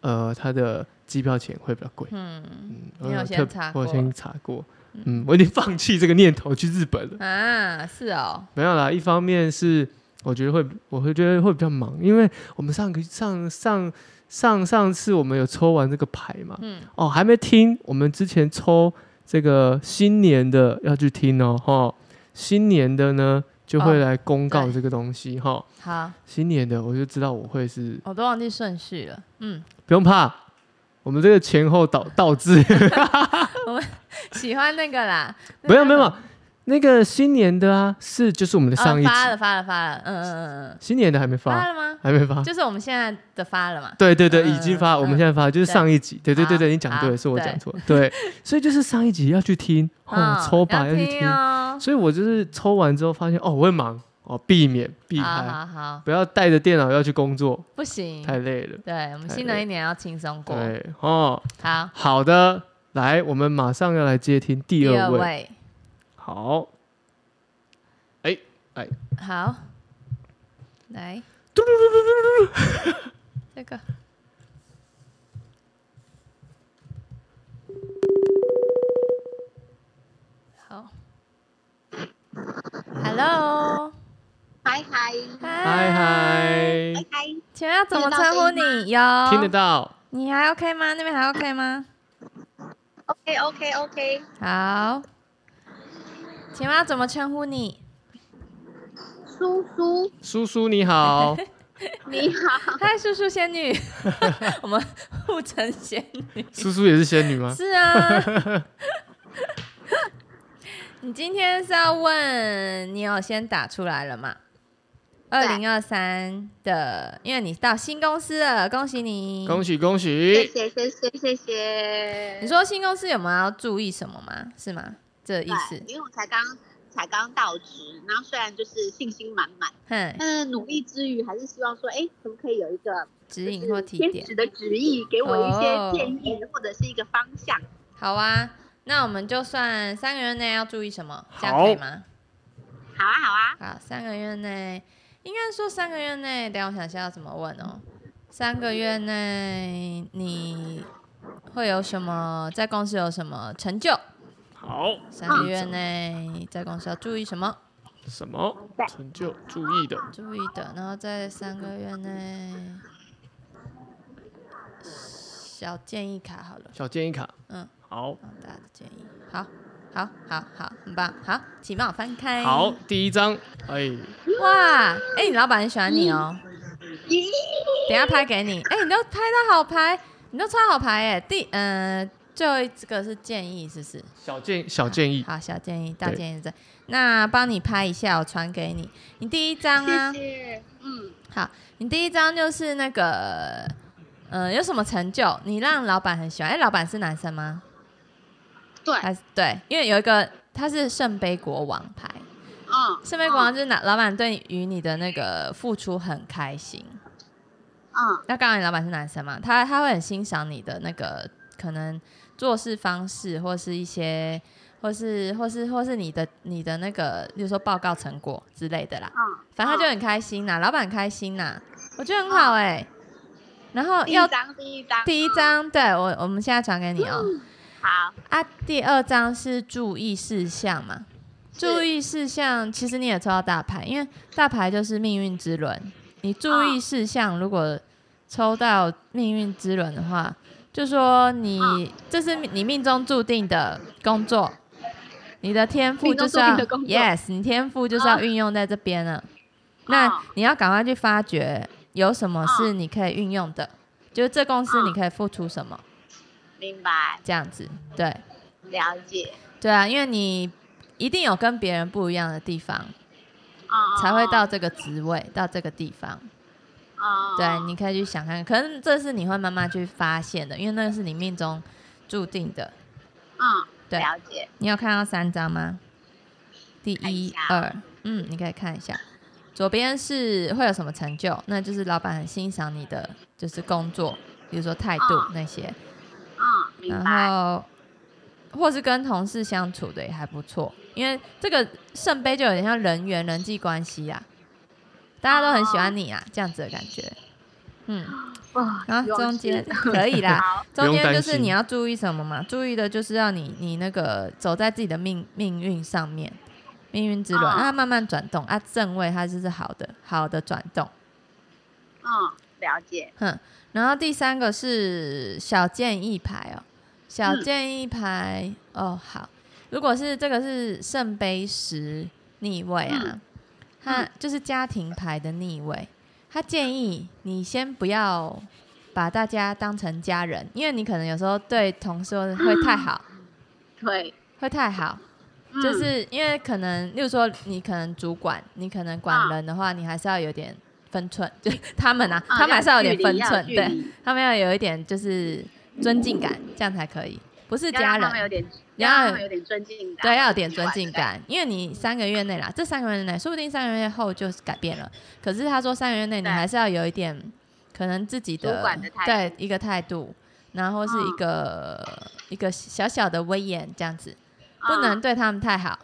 [SPEAKER 1] 呃，它的机票钱会比较贵。
[SPEAKER 2] 嗯
[SPEAKER 1] 嗯，我
[SPEAKER 2] 你有
[SPEAKER 1] 特
[SPEAKER 2] 先
[SPEAKER 1] 别
[SPEAKER 2] 查
[SPEAKER 1] 我有
[SPEAKER 2] 过
[SPEAKER 1] 先查过，嗯，我已经放弃这个念头去日本了。
[SPEAKER 2] 啊，是哦，
[SPEAKER 1] 没有啦，一方面是我觉得会，我会觉得会比较忙，因为我们上个上上上上次我们有抽完这个牌嘛，
[SPEAKER 2] 嗯，
[SPEAKER 1] 哦，还没听，我们之前抽这个新年的要去听哦，哈，新年的呢就会
[SPEAKER 2] 哦
[SPEAKER 1] 来公告
[SPEAKER 2] 对
[SPEAKER 1] 这个东西哈、齁
[SPEAKER 2] 好，
[SPEAKER 1] 新年的我就知道我会是
[SPEAKER 2] 我都忘记顺序了。嗯，
[SPEAKER 1] 不用怕，我们这个前后
[SPEAKER 2] *laughs*
[SPEAKER 1] 倒倒置，
[SPEAKER 2] 喜欢那个啦，
[SPEAKER 1] 没有没有
[SPEAKER 2] *laughs*
[SPEAKER 1] 没有，那个新年的啊是就是我们的
[SPEAKER 2] 哦
[SPEAKER 1] 上一集，
[SPEAKER 2] 发了发了发了，嗯嗯嗯嗯，
[SPEAKER 1] 新年的还没
[SPEAKER 2] 发
[SPEAKER 1] 发，
[SPEAKER 2] 了吗？
[SPEAKER 1] 还没发，
[SPEAKER 2] 就是我们现在的发了嘛。
[SPEAKER 1] *laughs* 对对对，
[SPEAKER 2] 嗯
[SPEAKER 1] 已经发，
[SPEAKER 2] 嗯
[SPEAKER 1] 我们现在发就是
[SPEAKER 2] 对
[SPEAKER 1] 上一集，对对对
[SPEAKER 2] 好
[SPEAKER 1] 对，你讲对
[SPEAKER 2] 好
[SPEAKER 1] 了，是我讲
[SPEAKER 2] 对
[SPEAKER 1] 错了，对，所以就是上一集要去
[SPEAKER 2] *laughs*
[SPEAKER 1] 听，哦
[SPEAKER 2] 嗯，
[SPEAKER 1] 抽吧
[SPEAKER 2] 要
[SPEAKER 1] 要去
[SPEAKER 2] 听
[SPEAKER 1] 听，
[SPEAKER 2] 哦。
[SPEAKER 1] 所以我就是抽完之后发现，哦，我会忙，哦，避免避
[SPEAKER 2] 好
[SPEAKER 1] 开，
[SPEAKER 2] 好好，
[SPEAKER 1] 不要带着电脑要去工作，
[SPEAKER 2] 不行。
[SPEAKER 1] 太累了，
[SPEAKER 2] 对我们
[SPEAKER 1] 太
[SPEAKER 2] 新的
[SPEAKER 1] 累
[SPEAKER 2] 一年要轻松过。
[SPEAKER 1] 对，哦，
[SPEAKER 2] 好，
[SPEAKER 1] 好的，来，我们马上要来接听第
[SPEAKER 2] 第
[SPEAKER 1] 二
[SPEAKER 2] 二
[SPEAKER 1] 位，
[SPEAKER 2] *laughs* 位，
[SPEAKER 1] 好，
[SPEAKER 2] 好，来，这个好，Hello，
[SPEAKER 3] 嗨嗨
[SPEAKER 1] 嗨嗨，
[SPEAKER 3] 嗨嗨，
[SPEAKER 2] 请问要怎么称呼你？有
[SPEAKER 1] 听得到？
[SPEAKER 2] 你还 OK 吗？那边还 OK 吗？
[SPEAKER 3] ，OK OK OK，
[SPEAKER 2] 好，请问要怎么称呼你？
[SPEAKER 3] 叔叔
[SPEAKER 1] 叔叔你
[SPEAKER 2] *laughs*
[SPEAKER 1] 好，
[SPEAKER 3] 你好，
[SPEAKER 2] 嗨，叔叔
[SPEAKER 1] *laughs*
[SPEAKER 2] 仙女，我们互称仙女。
[SPEAKER 1] 叔叔也是仙女吗？
[SPEAKER 2] 是啊， *laughs* 你今天是要问你有先打出来了吗？二零二三的，因为你到新公司了，恭喜你！
[SPEAKER 1] 恭
[SPEAKER 2] 喜！
[SPEAKER 1] 喜恭
[SPEAKER 3] 谢
[SPEAKER 1] 喜！
[SPEAKER 3] 谢谢谢谢谢。
[SPEAKER 2] 你说新公司有没有要注意什么吗？是吗？这意
[SPEAKER 4] 对，
[SPEAKER 2] 思？
[SPEAKER 4] 因为我才刚才刚到职，然后虽然就是信心满满，
[SPEAKER 2] 哼，
[SPEAKER 4] 但是努力之余还是希望说，哎，可不可以有一个
[SPEAKER 2] 指引或提
[SPEAKER 4] 天
[SPEAKER 2] 点。
[SPEAKER 4] 使的旨意，给我一
[SPEAKER 2] 哦
[SPEAKER 4] 些建议或者是一个方向？
[SPEAKER 2] 好啊，那我们就算三个月内要注意什么，这样可以吗？
[SPEAKER 4] 好啊，好啊，
[SPEAKER 2] 好，三个月内，应该说三个月内，等一下我想一下要怎么问哦。三个月内你会有什么在公司有什么成就？
[SPEAKER 1] 好，
[SPEAKER 2] 三个月内在公司要注意什么？
[SPEAKER 1] 什么成就注意的？
[SPEAKER 2] 注意的，然后在三个月内小建议卡好了，
[SPEAKER 1] 小建议卡，
[SPEAKER 2] 嗯，
[SPEAKER 1] 好
[SPEAKER 2] 好大家的建议，好，好，好，好，很棒，好，请帮我翻开。
[SPEAKER 1] 好，第一张，哎，
[SPEAKER 2] 哇，哎、你老板很喜欢你哦、
[SPEAKER 4] 咦，
[SPEAKER 2] 等一下拍给你。哎、你都拍到好牌，你都抽好牌哎。第嗯、呃，最后一个是建议，是不是？
[SPEAKER 1] 小建小建议，
[SPEAKER 2] 好，小建议，大
[SPEAKER 1] 对
[SPEAKER 2] 建议在。那帮你拍一下，我传给你。你第一张啊
[SPEAKER 4] 谢，谢，嗯，
[SPEAKER 2] 你第一张就是那个，呃，有什么成就？你让老板很喜欢。哎、老板是男生吗？
[SPEAKER 4] 对，
[SPEAKER 2] 还是对？因为有一个他是圣杯国王牌，
[SPEAKER 4] 嗯，
[SPEAKER 2] 圣杯国王就是老老板对于你的那个付出很开心。
[SPEAKER 4] 嗯，
[SPEAKER 2] 那刚好你老板是男生嘛，他他会很欣赏你的那个可能做事方式，或是一些，或是或是或是你的你的那个，比如说报告成果之类的啦。
[SPEAKER 4] 嗯，
[SPEAKER 2] 反正他就很开心啦，老板开心啦，我觉得很好哎、然后
[SPEAKER 4] 第一
[SPEAKER 2] 要
[SPEAKER 3] 哦
[SPEAKER 4] 张，第一张，
[SPEAKER 2] 第一张，对我我们现在传给你哦、
[SPEAKER 4] 好，
[SPEAKER 2] 啊，第二张是注意事项嘛？注意事项其实你也抽到大牌，因为大牌就是命运之轮。你注意事项如果抽到命运之轮的
[SPEAKER 4] 啊
[SPEAKER 2] 话，就说你这是你命中注定的工作，你的天赋
[SPEAKER 4] 命中
[SPEAKER 2] 就是
[SPEAKER 4] 注定
[SPEAKER 2] 要
[SPEAKER 4] 的工作啊
[SPEAKER 2] yes，你天赋就是要运用在这边了。那你要赶快去发掘有什么
[SPEAKER 4] 啊
[SPEAKER 2] 是你可以运用的，就是这公司你可以付出什么
[SPEAKER 4] 明白，
[SPEAKER 2] 这样子，对。
[SPEAKER 4] 了解，
[SPEAKER 2] 对啊，因为你一定有跟别人不一样的地方，
[SPEAKER 4] 嗯，
[SPEAKER 2] 才会到这个职位，到这个地方。
[SPEAKER 4] 嗯，嗯，
[SPEAKER 2] 对，
[SPEAKER 4] 嗯
[SPEAKER 2] 你可以去想看，可能这是你会慢慢去发现的，因为那个是你命中注定的。
[SPEAKER 4] 嗯，
[SPEAKER 2] 对
[SPEAKER 4] 了解，
[SPEAKER 2] 你有看到三张吗？第
[SPEAKER 4] 看一
[SPEAKER 2] 一
[SPEAKER 4] 下、
[SPEAKER 2] 二，嗯，你可以看一下。左边是会有什么成就，那就是老板很欣赏你的，就是工作，比如说态度
[SPEAKER 4] 嗯
[SPEAKER 2] 那些，
[SPEAKER 4] 嗯，明
[SPEAKER 2] 然
[SPEAKER 4] 白，
[SPEAKER 2] 后或是跟同事相处的也还不错，因为这个圣杯就有点像人缘、人际关系啊，大家都很喜欢你啊，这样子的感觉。嗯，
[SPEAKER 4] 啊哇
[SPEAKER 2] 然后中间可以
[SPEAKER 4] *laughs*
[SPEAKER 2] 啦，
[SPEAKER 4] 好，
[SPEAKER 1] 不用
[SPEAKER 2] 中间就
[SPEAKER 1] 担
[SPEAKER 2] 是
[SPEAKER 1] 心
[SPEAKER 2] 你要注意什么嘛？注意的就是要你你那个走在自己的命命运上面，命运之轮，
[SPEAKER 4] 哦
[SPEAKER 2] 让它慢慢转动啊，正位它就是好的好的转动。
[SPEAKER 4] 嗯，了解，
[SPEAKER 2] 哼，然后第三个是小建议牌哦，小
[SPEAKER 4] 嗯
[SPEAKER 2] 建议牌、哦，好，如果是这个是圣杯十逆位啊，
[SPEAKER 4] 嗯
[SPEAKER 2] 它就是家庭牌的逆位，他建议你先不要把大家当成家人，因为你可能有时候对同事会太好，
[SPEAKER 4] 对，
[SPEAKER 2] 会太好，
[SPEAKER 4] 嗯
[SPEAKER 2] 就是因为可能，例如说你可能主管，你可能管
[SPEAKER 4] 啊
[SPEAKER 2] 人的话，你还是要有点分寸，就他们啊，
[SPEAKER 4] 啊
[SPEAKER 2] 他们还是要有
[SPEAKER 4] 要
[SPEAKER 2] 点分
[SPEAKER 4] 有距离要有
[SPEAKER 2] 寸，
[SPEAKER 4] 距
[SPEAKER 2] 对
[SPEAKER 4] 离
[SPEAKER 2] 他们要有一点就是尊敬感，这样才可以，不是
[SPEAKER 4] 要
[SPEAKER 2] 家
[SPEAKER 4] 让他们有
[SPEAKER 2] 人，
[SPEAKER 4] 点，
[SPEAKER 2] 要
[SPEAKER 4] 要让他们有点尊敬感，
[SPEAKER 2] 对，要有点尊敬感，因为你三个月内啦，这三个月内，说不定三个月后就改变了，可是他说三个月内你
[SPEAKER 4] 对
[SPEAKER 2] 还是要有一点可能自己的
[SPEAKER 4] 主管的态
[SPEAKER 2] 对
[SPEAKER 4] 度
[SPEAKER 2] 一个态度，然后是一个、一个小小的威严这样子。
[SPEAKER 4] 嗯，
[SPEAKER 2] 不能对他们太好，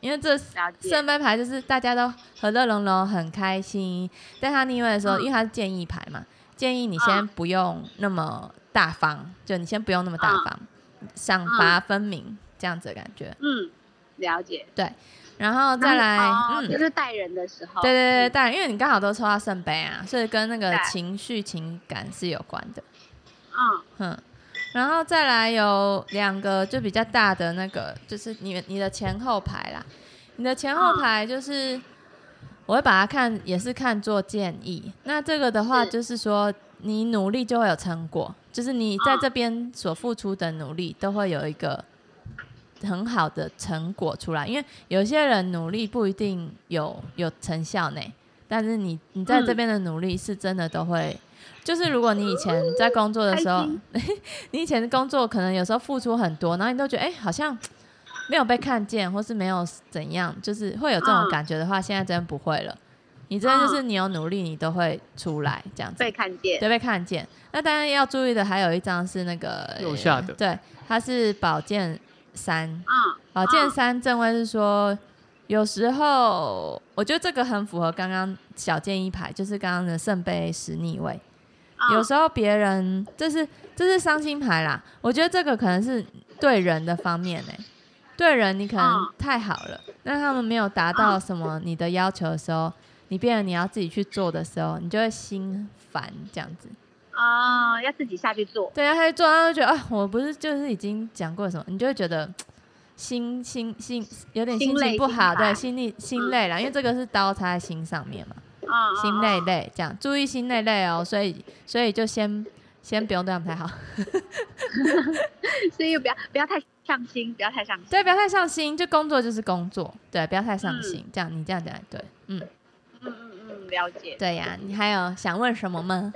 [SPEAKER 2] 因为这
[SPEAKER 4] 了解，
[SPEAKER 2] 圣杯牌就是大家都和乐融融，很开心。在他逆位的时候，因为他是建议牌嘛，建议你先不用那么大方，就你先不用那么大方，赏罚分明这样子的感觉。
[SPEAKER 4] 嗯，了解。
[SPEAKER 2] 然后再来，
[SPEAKER 4] 哦
[SPEAKER 2] 嗯，
[SPEAKER 4] 就
[SPEAKER 2] 对
[SPEAKER 4] 是带人的时候，
[SPEAKER 2] 对对，当然，因为你刚好都抽到圣杯啊，所以跟那个
[SPEAKER 4] 对
[SPEAKER 2] 情绪情感是有关的。
[SPEAKER 4] 嗯，
[SPEAKER 2] 嗯，然后再来有两个就比较大的那个，就是你你的前后排啦，你的前后排就是、我会把它看也是看作建议。那这个的话
[SPEAKER 4] 是
[SPEAKER 2] 就是说你努力就会有成果，就是你在这边所付出的努力都会有一个很好的成果出来，因为有些人努力不一定有有成效呢，但是你你在这边的努力是真的都会。就是如果你以前在工作的时候
[SPEAKER 4] 开心，
[SPEAKER 2] *laughs* 你以前工作可能有时候付出很多，然后你都觉得哎、好像没有被看见，或是没有怎样，就是会有这种
[SPEAKER 4] 嗯
[SPEAKER 2] 感觉的话，现在真不会了。你真的就是你有努力，你都会出来这样子，
[SPEAKER 4] 被看见，
[SPEAKER 2] 对被看见。那当然要注意的还有一张是那个
[SPEAKER 1] 右下的
[SPEAKER 2] 对，它是宝剑三，
[SPEAKER 4] 嗯，
[SPEAKER 2] 宝剑三正位是说，有时候我觉得这个很符合刚刚小建议牌，就是刚刚的圣杯十逆位。
[SPEAKER 4] 嗯
[SPEAKER 2] 有时候别人这是这是伤心牌啦，我觉得这个可能是对人的方面呢、对人你可能
[SPEAKER 4] 嗯
[SPEAKER 2] 太好了，那他们没有达到什么你的要求的时候，你变得你要自己去做的时候，你就会心烦这样子。
[SPEAKER 4] 啊，要自己下去做，
[SPEAKER 2] 对啊，他就做，他就觉得啊，我不是就是已经讲过什么，你就会觉得心心心有点
[SPEAKER 4] 心
[SPEAKER 2] 心情
[SPEAKER 4] 累
[SPEAKER 2] 不
[SPEAKER 4] 心
[SPEAKER 2] 好，对，
[SPEAKER 4] 烦
[SPEAKER 2] 心力心累了，因为这个是刀插在心上面嘛，
[SPEAKER 4] 嗯，
[SPEAKER 2] 心
[SPEAKER 4] 嗯
[SPEAKER 2] 累累这样，注意心累累哦，所以所以就先先不用对他们太好，
[SPEAKER 4] 嗯所以不要不要太上心，不要太上心，
[SPEAKER 2] 对，不要太上心，就工作就是工作，对，不要太上
[SPEAKER 4] 嗯
[SPEAKER 2] 心，这样你这样讲也对，嗯，
[SPEAKER 4] 嗯嗯嗯，了解。
[SPEAKER 2] 对呀、你还有想问什么吗？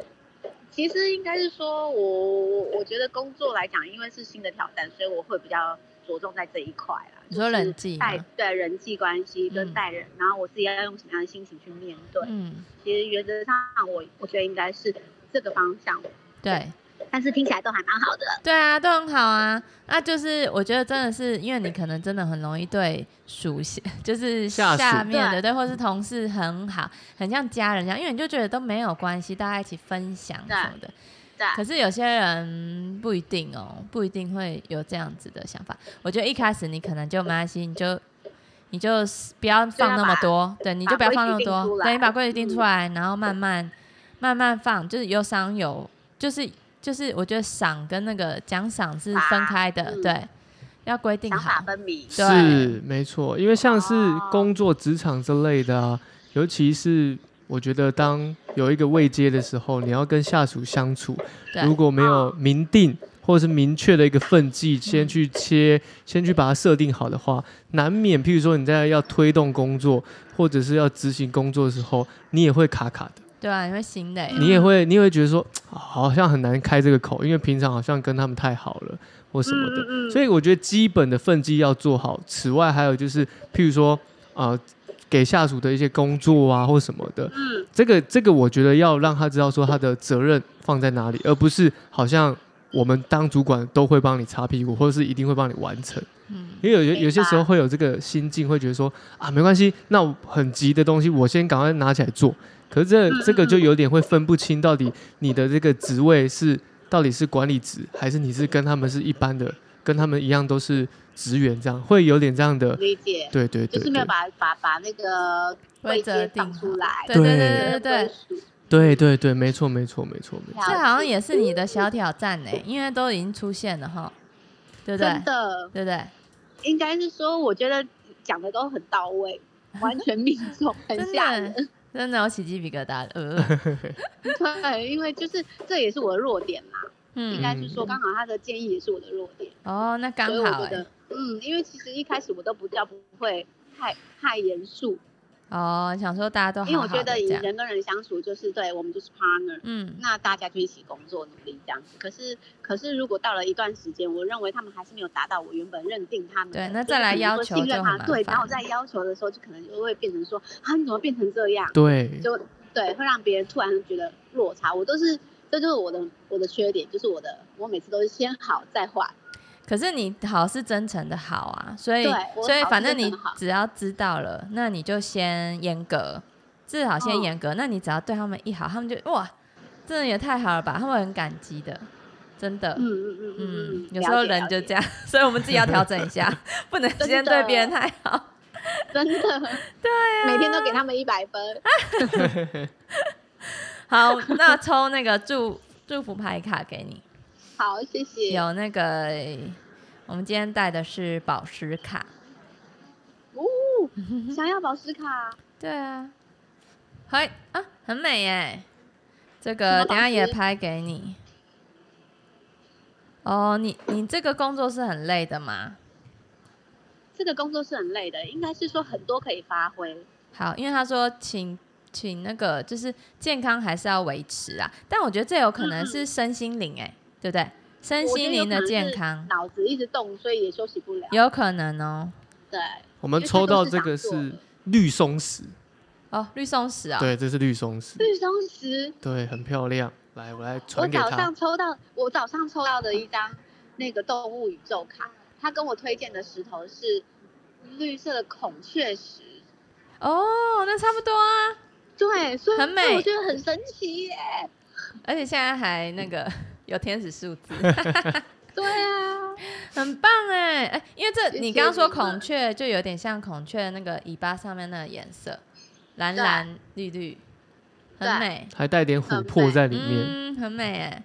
[SPEAKER 4] 其实应该是说我我我觉得工作来讲，因为是新的挑战，所以我会比较着重在这一块啦。
[SPEAKER 2] 你说
[SPEAKER 4] 就是
[SPEAKER 2] 人际吗
[SPEAKER 4] 带对人际关系
[SPEAKER 2] 嗯
[SPEAKER 4] 跟带人，然后我自己要用什么样的心情去面对。
[SPEAKER 2] 嗯，
[SPEAKER 4] 其实原则上我我觉得应该是这个方向，
[SPEAKER 2] 对。
[SPEAKER 4] 但是听起来都还蛮好的。
[SPEAKER 2] 对啊，都很好啊。那就是我觉得真的是，因为你可能真的很容易对属下，就是
[SPEAKER 1] 下属
[SPEAKER 2] 下面的对，或是同事很好，很像家人一样，因为你就觉得都没有关系，大家一起分享
[SPEAKER 4] 对
[SPEAKER 2] 什么的。
[SPEAKER 4] 对， *laughs* 啊
[SPEAKER 2] 可是有些人不一定哦，不一定会有这样子的想法。我觉得一开始你可能就没关系，你就你就不要放那么多，对，你就不要放那么
[SPEAKER 4] 啊把规矩定
[SPEAKER 2] 多，
[SPEAKER 4] 出来嗯
[SPEAKER 2] 对，你把规矩定出来，然后慢慢慢慢放，就是有赏有，就是就是我觉得赏跟那个奖赏是分开的，
[SPEAKER 4] 嗯
[SPEAKER 2] 对，要规定
[SPEAKER 4] 想法
[SPEAKER 2] 好，
[SPEAKER 4] 分明。
[SPEAKER 2] 对啊
[SPEAKER 1] 是没错，因为像是
[SPEAKER 4] 哦
[SPEAKER 1] 工作、职场之类的啊，尤其是我觉得当有一个位阶的时候，你要跟下属相处，
[SPEAKER 2] 对哦
[SPEAKER 1] 如果没有明定或者是明确的一个分
[SPEAKER 2] 嗯
[SPEAKER 1] 际，先去切，先去把它设定好的话，难免，譬如说你在要推动工作或者是要执行工作的时候，你也会卡卡的。
[SPEAKER 2] 对啊，你会心累，
[SPEAKER 1] 你
[SPEAKER 4] 嗯
[SPEAKER 1] 也会，你也会觉得说，哦好像很难开这个口，因为平常好像跟他们太好了或什么的。
[SPEAKER 4] 嗯嗯嗯
[SPEAKER 1] 所以我觉得基本的分际要做好。此外，还有就是，譬如说，呃，给下属的一些工作啊或什么的，
[SPEAKER 4] 嗯，
[SPEAKER 1] 这个这个，我觉得要让他知道说他的责任放在哪里，而不是好像我们当主管都会帮你擦屁股，或者是一定会帮你完成。
[SPEAKER 2] 嗯，
[SPEAKER 1] 因为有些
[SPEAKER 4] 明白
[SPEAKER 1] 有些时候会有这个心境，会觉得说啊，没关系，那我很急的东西，我先赶快拿起来做。可是这
[SPEAKER 4] 嗯
[SPEAKER 1] 这个就有点会分不清，到底你的这个职位是到底是管理职，还是你是跟他们是一般的，跟他们一样都是职员，这样会有点这样的，
[SPEAKER 4] 理解，
[SPEAKER 1] 对对
[SPEAKER 4] 就
[SPEAKER 1] 对
[SPEAKER 4] 是没有
[SPEAKER 1] 对，
[SPEAKER 4] 把把把那个
[SPEAKER 2] 规
[SPEAKER 4] 位
[SPEAKER 2] 则
[SPEAKER 4] 阶
[SPEAKER 2] 定
[SPEAKER 4] 放
[SPEAKER 2] 好
[SPEAKER 4] 出来，
[SPEAKER 2] 对对对对
[SPEAKER 1] 对
[SPEAKER 2] 对。
[SPEAKER 4] 对，
[SPEAKER 1] 对对对，没错没错没错没错，
[SPEAKER 2] 这好像也是你
[SPEAKER 4] 嗯
[SPEAKER 2] 的小挑战呢，因为都已经出现了哈，对不对
[SPEAKER 4] 真？的
[SPEAKER 2] 对不对？
[SPEAKER 4] 应该是说，我觉得讲的都很到位，完全命
[SPEAKER 2] *laughs*
[SPEAKER 4] 中，很
[SPEAKER 2] 真
[SPEAKER 4] 吓人。 *laughs*
[SPEAKER 2] 的，真的，我起鸡皮疙瘩了。呃
[SPEAKER 4] 对，因为就是这也是我的弱点啦，应
[SPEAKER 2] 嗯，
[SPEAKER 4] 该是说刚好他的建议也是我的弱点，
[SPEAKER 2] 哦，那刚
[SPEAKER 4] 所以我
[SPEAKER 2] 好
[SPEAKER 4] 觉
[SPEAKER 2] 哎、
[SPEAKER 4] 得，嗯，因为其实一开始我都不叫不会太太严肃，
[SPEAKER 2] 哦，想说大家都好
[SPEAKER 4] 因为我
[SPEAKER 2] 好
[SPEAKER 4] 觉
[SPEAKER 2] 的
[SPEAKER 4] 得以
[SPEAKER 2] 这样，
[SPEAKER 4] 人跟人相处就是对我们就是 partner，
[SPEAKER 2] 嗯，
[SPEAKER 4] 那大家就一起工作努力这样子。可是可是如果到了一段时间，我认为他们还是没有达到我原本认定他们的
[SPEAKER 2] 对那再来
[SPEAKER 4] 就是
[SPEAKER 2] 要
[SPEAKER 4] 我
[SPEAKER 2] 求
[SPEAKER 4] 信任
[SPEAKER 2] 就很
[SPEAKER 4] 他，
[SPEAKER 2] 麻
[SPEAKER 4] 对，
[SPEAKER 2] 烦
[SPEAKER 4] 然后我再要求的时候，就可能就会变成说啊，你怎么变成这样？
[SPEAKER 1] 对，
[SPEAKER 4] 就对，会让别人突然觉得落差。我都是，这就是我的我的缺点，就是我的，我每次都是先好再坏。
[SPEAKER 2] 可是你好是真诚的好啊，所以
[SPEAKER 4] 对我
[SPEAKER 2] 所以
[SPEAKER 4] 好
[SPEAKER 2] 反
[SPEAKER 4] 是
[SPEAKER 2] 正
[SPEAKER 4] 真
[SPEAKER 2] 你
[SPEAKER 4] 诚的好
[SPEAKER 2] 只要知道了，那你就先严格，至少先
[SPEAKER 4] 嗯
[SPEAKER 2] 严格。那你只要对他们一好，他们就哇，真的也太好了吧，他们很感激的，真的。
[SPEAKER 4] 嗯嗯嗯
[SPEAKER 2] 嗯
[SPEAKER 4] 嗯，，
[SPEAKER 2] 有时候人就这样， *laughs* 所以我们自己要调整一
[SPEAKER 4] *laughs*
[SPEAKER 2] 下，不能
[SPEAKER 4] 的
[SPEAKER 2] 先对别人太好。 *laughs*
[SPEAKER 4] 样，真的，对啊，每天都给他们一百分，
[SPEAKER 2] 好，那抽那个祝祝福牌卡给你，
[SPEAKER 4] 好，谢谢。
[SPEAKER 2] 有那个我们今天带的是宝石卡，
[SPEAKER 4] 哦，想要宝石卡，
[SPEAKER 2] 对啊，嘿啊，很美耶！这
[SPEAKER 4] 什
[SPEAKER 2] 个
[SPEAKER 4] 么
[SPEAKER 2] 等一下
[SPEAKER 4] 东西
[SPEAKER 2] 也拍给你。哦，你你这个工作是很累的嘛？
[SPEAKER 4] 这个工作是很累的，应该是说很多可以发挥。
[SPEAKER 2] 好，因为他说请请那个就是健康还是要维持啊，但我觉得这有可能是身心灵哎、对不对？身
[SPEAKER 4] 嗯我觉
[SPEAKER 2] 心
[SPEAKER 4] 得有
[SPEAKER 2] 灵的
[SPEAKER 4] 可能
[SPEAKER 2] 健
[SPEAKER 4] 是
[SPEAKER 2] 康
[SPEAKER 4] 脑子一直动，所以也休息不了。
[SPEAKER 2] 有可能哦。
[SPEAKER 4] 对，
[SPEAKER 1] 我们抽到这个是绿松石，
[SPEAKER 2] 哦，绿松石哦，
[SPEAKER 1] 对，这是绿松石，
[SPEAKER 4] 绿松石，
[SPEAKER 1] 对，很漂亮。来，我来
[SPEAKER 4] 我
[SPEAKER 1] 传给
[SPEAKER 4] 早
[SPEAKER 1] 他
[SPEAKER 4] 上。抽到，我早上抽到的一张那个动物宇宙卡，他跟我推荐的石头是绿色的孔雀石。
[SPEAKER 2] 哦，那差不多啊。
[SPEAKER 4] 对，所以
[SPEAKER 2] 很美
[SPEAKER 4] 所以我觉得很神奇耶。
[SPEAKER 2] 而且现在还
[SPEAKER 1] *laughs*
[SPEAKER 2] 那个有天使数字。
[SPEAKER 4] 对啊，
[SPEAKER 2] 很棒哎哎，因为这
[SPEAKER 4] 谢谢
[SPEAKER 2] 你刚刚说
[SPEAKER 4] 你们
[SPEAKER 2] 孔雀就有点像孔雀那个尾巴上面那个颜色，蓝
[SPEAKER 4] 对
[SPEAKER 2] 蓝绿绿，很
[SPEAKER 4] 对
[SPEAKER 2] 美，
[SPEAKER 1] 还带点琥珀在里面，
[SPEAKER 2] 嗯，很美哎，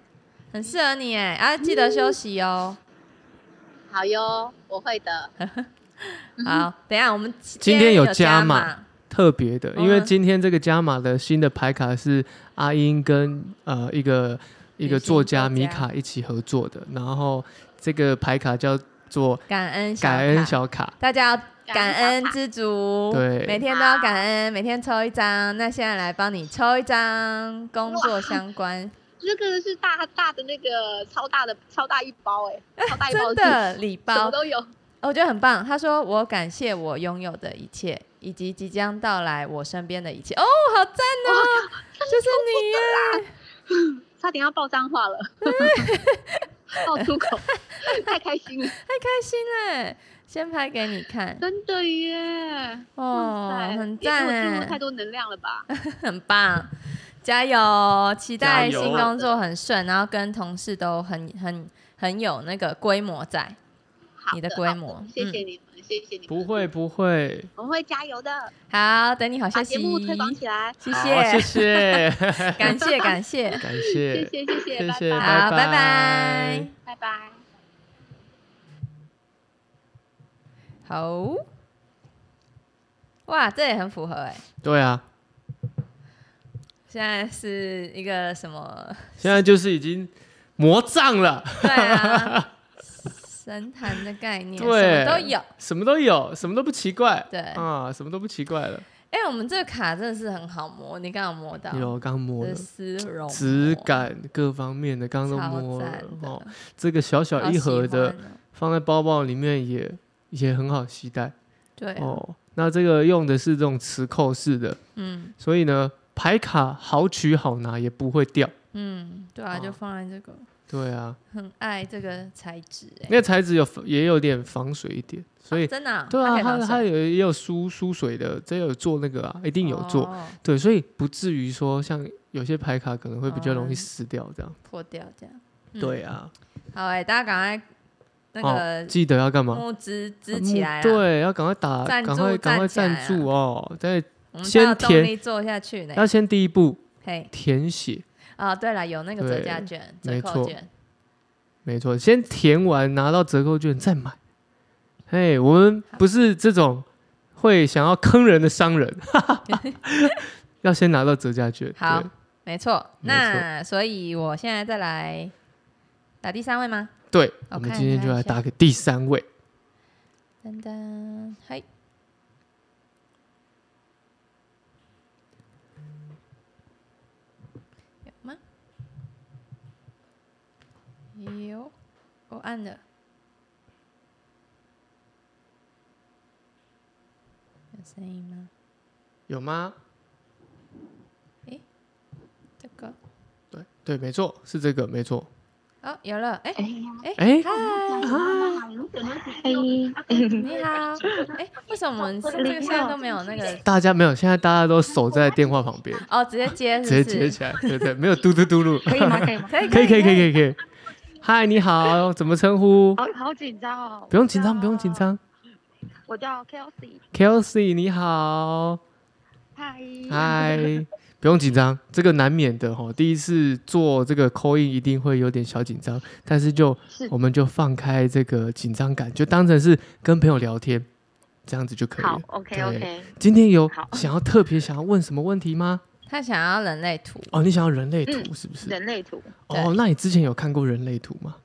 [SPEAKER 2] 很适合你哎啊，记得休息哦。
[SPEAKER 4] 好哟，我会的。
[SPEAKER 2] 好，等一下我们
[SPEAKER 1] 嗯今天
[SPEAKER 2] 天
[SPEAKER 1] 有加
[SPEAKER 2] 加
[SPEAKER 1] 码，特别
[SPEAKER 2] 哦
[SPEAKER 1] 的。因为今天这个加码的新的牌卡是阿英跟呃一个一个作家
[SPEAKER 2] 旅
[SPEAKER 1] 米
[SPEAKER 2] 行作家
[SPEAKER 1] 卡一起合作的，然后这个牌卡叫做
[SPEAKER 2] 感恩小
[SPEAKER 1] 感恩
[SPEAKER 2] 卡，
[SPEAKER 1] 小卡，
[SPEAKER 2] 大家要。感
[SPEAKER 4] 感恩
[SPEAKER 2] 恩
[SPEAKER 4] 小卡
[SPEAKER 2] 知足，
[SPEAKER 1] 对
[SPEAKER 2] 每天都要感恩，每天抽一张。那现在来帮你抽一张工作相关，
[SPEAKER 4] 这个是大大的那个超大的超大一包哎、超大一包
[SPEAKER 2] *laughs* 真的礼
[SPEAKER 4] 什么
[SPEAKER 2] 包，
[SPEAKER 4] 都有。
[SPEAKER 2] 哦我觉得很棒。他说：“我感谢我拥有的一切，以及即将到来我身边的一切。”哦，好赞哦！就是你耶！
[SPEAKER 4] 差点要爆脏话
[SPEAKER 2] *laughs*
[SPEAKER 4] 了， *laughs* 爆粗口，太开心了，
[SPEAKER 2] 太开心了，先拍给你看
[SPEAKER 4] 真的耶！
[SPEAKER 2] 哦
[SPEAKER 4] *laughs* 哇，塞
[SPEAKER 2] 很
[SPEAKER 4] 也
[SPEAKER 2] 赞
[SPEAKER 4] 是我注入太
[SPEAKER 2] 哎，
[SPEAKER 4] 多能量
[SPEAKER 2] *laughs*
[SPEAKER 4] 了吧？
[SPEAKER 2] 很棒，加油！期待
[SPEAKER 1] 加
[SPEAKER 2] 新
[SPEAKER 1] 油
[SPEAKER 2] 工作很顺，然后跟同事都很很很有那个规模在。
[SPEAKER 4] 好
[SPEAKER 2] 你的
[SPEAKER 4] 好
[SPEAKER 2] 规模嗯
[SPEAKER 4] 谢谢你们，谢谢你们，
[SPEAKER 1] 不会，不会，
[SPEAKER 4] 我们会加油的，
[SPEAKER 2] 好，等你好消
[SPEAKER 4] 把
[SPEAKER 2] 息
[SPEAKER 4] 节，目推广起来，
[SPEAKER 2] 谢
[SPEAKER 1] 好，哦谢
[SPEAKER 2] 谢，
[SPEAKER 1] 谢，
[SPEAKER 2] 感谢感
[SPEAKER 1] *laughs*
[SPEAKER 2] 谢，
[SPEAKER 1] 感
[SPEAKER 4] 谢
[SPEAKER 1] 谢，
[SPEAKER 4] 谢谢
[SPEAKER 1] 谢
[SPEAKER 4] 谢，
[SPEAKER 1] 谢
[SPEAKER 4] 拜拜
[SPEAKER 1] *laughs*
[SPEAKER 2] 好，
[SPEAKER 1] 拜
[SPEAKER 2] 拜拜
[SPEAKER 1] 拜。
[SPEAKER 4] 拜拜。
[SPEAKER 2] 好，哇，这也很符合哎。
[SPEAKER 1] 对啊，
[SPEAKER 2] 现在是一个什么？
[SPEAKER 1] 现在就是已经魔杖了，
[SPEAKER 2] 对
[SPEAKER 1] *laughs*
[SPEAKER 2] 啊，神坛的概念，
[SPEAKER 1] 对，
[SPEAKER 2] 什么都有。，
[SPEAKER 1] 什么都有，什么都不奇怪，
[SPEAKER 2] 对
[SPEAKER 1] 啊，什么都不奇怪了。
[SPEAKER 2] 哎、我们这个卡真的是很好摸，你刚刚有摸到，
[SPEAKER 1] 有刚摸
[SPEAKER 2] 这
[SPEAKER 1] 了
[SPEAKER 2] 是。丝绒
[SPEAKER 1] 质
[SPEAKER 2] 膜，
[SPEAKER 1] 感各方面的，刚刚都
[SPEAKER 2] 超
[SPEAKER 1] 摸了
[SPEAKER 2] 赞的，
[SPEAKER 1] 哦。这个小小
[SPEAKER 2] 好
[SPEAKER 1] 一
[SPEAKER 2] 喜
[SPEAKER 1] 盒的
[SPEAKER 2] 欢，哦，
[SPEAKER 1] 放在包包里面也也很好携带
[SPEAKER 2] 对，啊
[SPEAKER 1] 哦。那这个用的是这种磁扣式的，
[SPEAKER 2] 嗯
[SPEAKER 1] 所以呢，牌卡好取好拿，也不会掉。
[SPEAKER 2] 嗯，对啊，
[SPEAKER 1] 哦
[SPEAKER 2] 就放在这个，
[SPEAKER 1] 对啊，
[SPEAKER 2] 很爱这个材质哎、
[SPEAKER 1] 那个材质有也有点防水一点，所以、
[SPEAKER 2] 啊真的、啊，
[SPEAKER 1] 对
[SPEAKER 2] 它
[SPEAKER 1] 啊，
[SPEAKER 2] 可以
[SPEAKER 1] 它
[SPEAKER 2] 防
[SPEAKER 1] 它
[SPEAKER 2] 水
[SPEAKER 1] 有也有疏疏水的，这有做那个啊，一定有做。
[SPEAKER 2] 哦
[SPEAKER 1] 对，所以不至于说像有些牌卡可能会比较容易
[SPEAKER 2] 哦
[SPEAKER 1] 撕掉这样。
[SPEAKER 2] 破掉这样，嗯
[SPEAKER 1] 对啊，
[SPEAKER 2] 好哎、大家赶快那
[SPEAKER 1] 哦，
[SPEAKER 2] 个
[SPEAKER 1] 记得要干嘛？嗯
[SPEAKER 2] 募资支嗯起来啊，
[SPEAKER 1] 对，要赶快打，
[SPEAKER 2] 赞
[SPEAKER 1] 赶
[SPEAKER 2] 助
[SPEAKER 1] 快赶快
[SPEAKER 2] 站
[SPEAKER 1] 赞
[SPEAKER 2] 起来啊
[SPEAKER 1] 助哦！再
[SPEAKER 2] 我们才
[SPEAKER 1] 先
[SPEAKER 2] 有动
[SPEAKER 1] 填
[SPEAKER 2] 力做下去呢。
[SPEAKER 1] 要先第一步
[SPEAKER 2] 嘿，
[SPEAKER 1] 填写，
[SPEAKER 2] 啊，对了，有那个折价
[SPEAKER 1] 对
[SPEAKER 2] 券、折
[SPEAKER 1] 没
[SPEAKER 2] 扣
[SPEAKER 1] 错
[SPEAKER 2] 券，
[SPEAKER 1] 没错，先填完拿到折扣券再买。嘿，我们不是这种会想要坑人的商 *laughs* 人，哈哈哈要先拿到折价券。
[SPEAKER 2] 好
[SPEAKER 1] 对
[SPEAKER 2] 没错。
[SPEAKER 1] 没
[SPEAKER 2] 那所以我现在再来打第三位吗？
[SPEAKER 1] 对，
[SPEAKER 2] 我
[SPEAKER 1] 我们
[SPEAKER 2] 看
[SPEAKER 1] 今天
[SPEAKER 2] 一
[SPEAKER 1] 就
[SPEAKER 2] 下
[SPEAKER 1] 来
[SPEAKER 2] 一下
[SPEAKER 1] 打给第三位，
[SPEAKER 2] 噔噔，嘿，有吗？有，我按了。有声音吗？
[SPEAKER 1] 有吗？
[SPEAKER 2] 这个
[SPEAKER 1] 对对，没错，是这个，没错。
[SPEAKER 2] 哦，有了，哎哎
[SPEAKER 1] 哎
[SPEAKER 2] 嗨，你好，哎，为什么我们是这个现在都没有那个？
[SPEAKER 1] 大家没有，现在大家都守在电话旁 *laughs* 边，
[SPEAKER 2] 哦，直接接
[SPEAKER 1] 直接
[SPEAKER 2] 是不
[SPEAKER 1] 接
[SPEAKER 2] 是？
[SPEAKER 1] 起来，对对，没有嘟嘟嘟噜，
[SPEAKER 5] 可以吗？可以吗？
[SPEAKER 2] 可以
[SPEAKER 1] 可以可以可
[SPEAKER 2] 以，
[SPEAKER 1] 以可以。嗨，你好，怎么称呼？
[SPEAKER 5] 好好紧张哦！
[SPEAKER 1] 不用紧张，不用紧。张。
[SPEAKER 5] 我叫 Kelsey，
[SPEAKER 1] Kelsey，你好，
[SPEAKER 5] 嗨。
[SPEAKER 1] 嗨，不用紧张，这个难免的哈。第一次做这个 call in 一定会有点小紧张，但是就是我们就放开这个紧张感，就当成是跟朋友聊天，这样子就可以
[SPEAKER 5] 好
[SPEAKER 1] 了。
[SPEAKER 5] ，OK OK，
[SPEAKER 1] 今天有
[SPEAKER 5] 好
[SPEAKER 1] 想要特别想要问什么问题吗？
[SPEAKER 2] 他想要人类图，
[SPEAKER 1] 哦，你想要人类图
[SPEAKER 5] 嗯
[SPEAKER 1] 是不是？
[SPEAKER 5] 人类图
[SPEAKER 1] 哦，那你之前有看过人类图吗？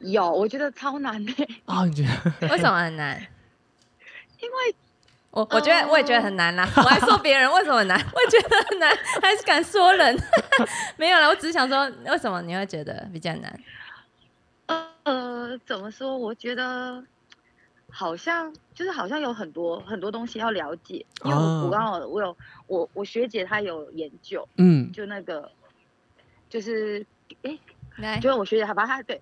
[SPEAKER 5] 有，我觉得超难的，
[SPEAKER 1] 啊、你觉得？
[SPEAKER 2] 为什么很难？
[SPEAKER 5] 因为
[SPEAKER 2] 我我觉得我也觉得很难啦，我还说别人为什么很难，我也觉得很难，还是敢说人， *laughs* 没有啦，我只是想说为什么你会觉得比较难？
[SPEAKER 5] 呃，怎么说？我觉得好像就是好像有很多很多东西要了解，因为
[SPEAKER 1] 啊
[SPEAKER 5] 我我刚好我有我我学姐她有研究，
[SPEAKER 1] 嗯，
[SPEAKER 5] 就那个就是
[SPEAKER 2] 来，
[SPEAKER 5] 就是我学姐，她把她对，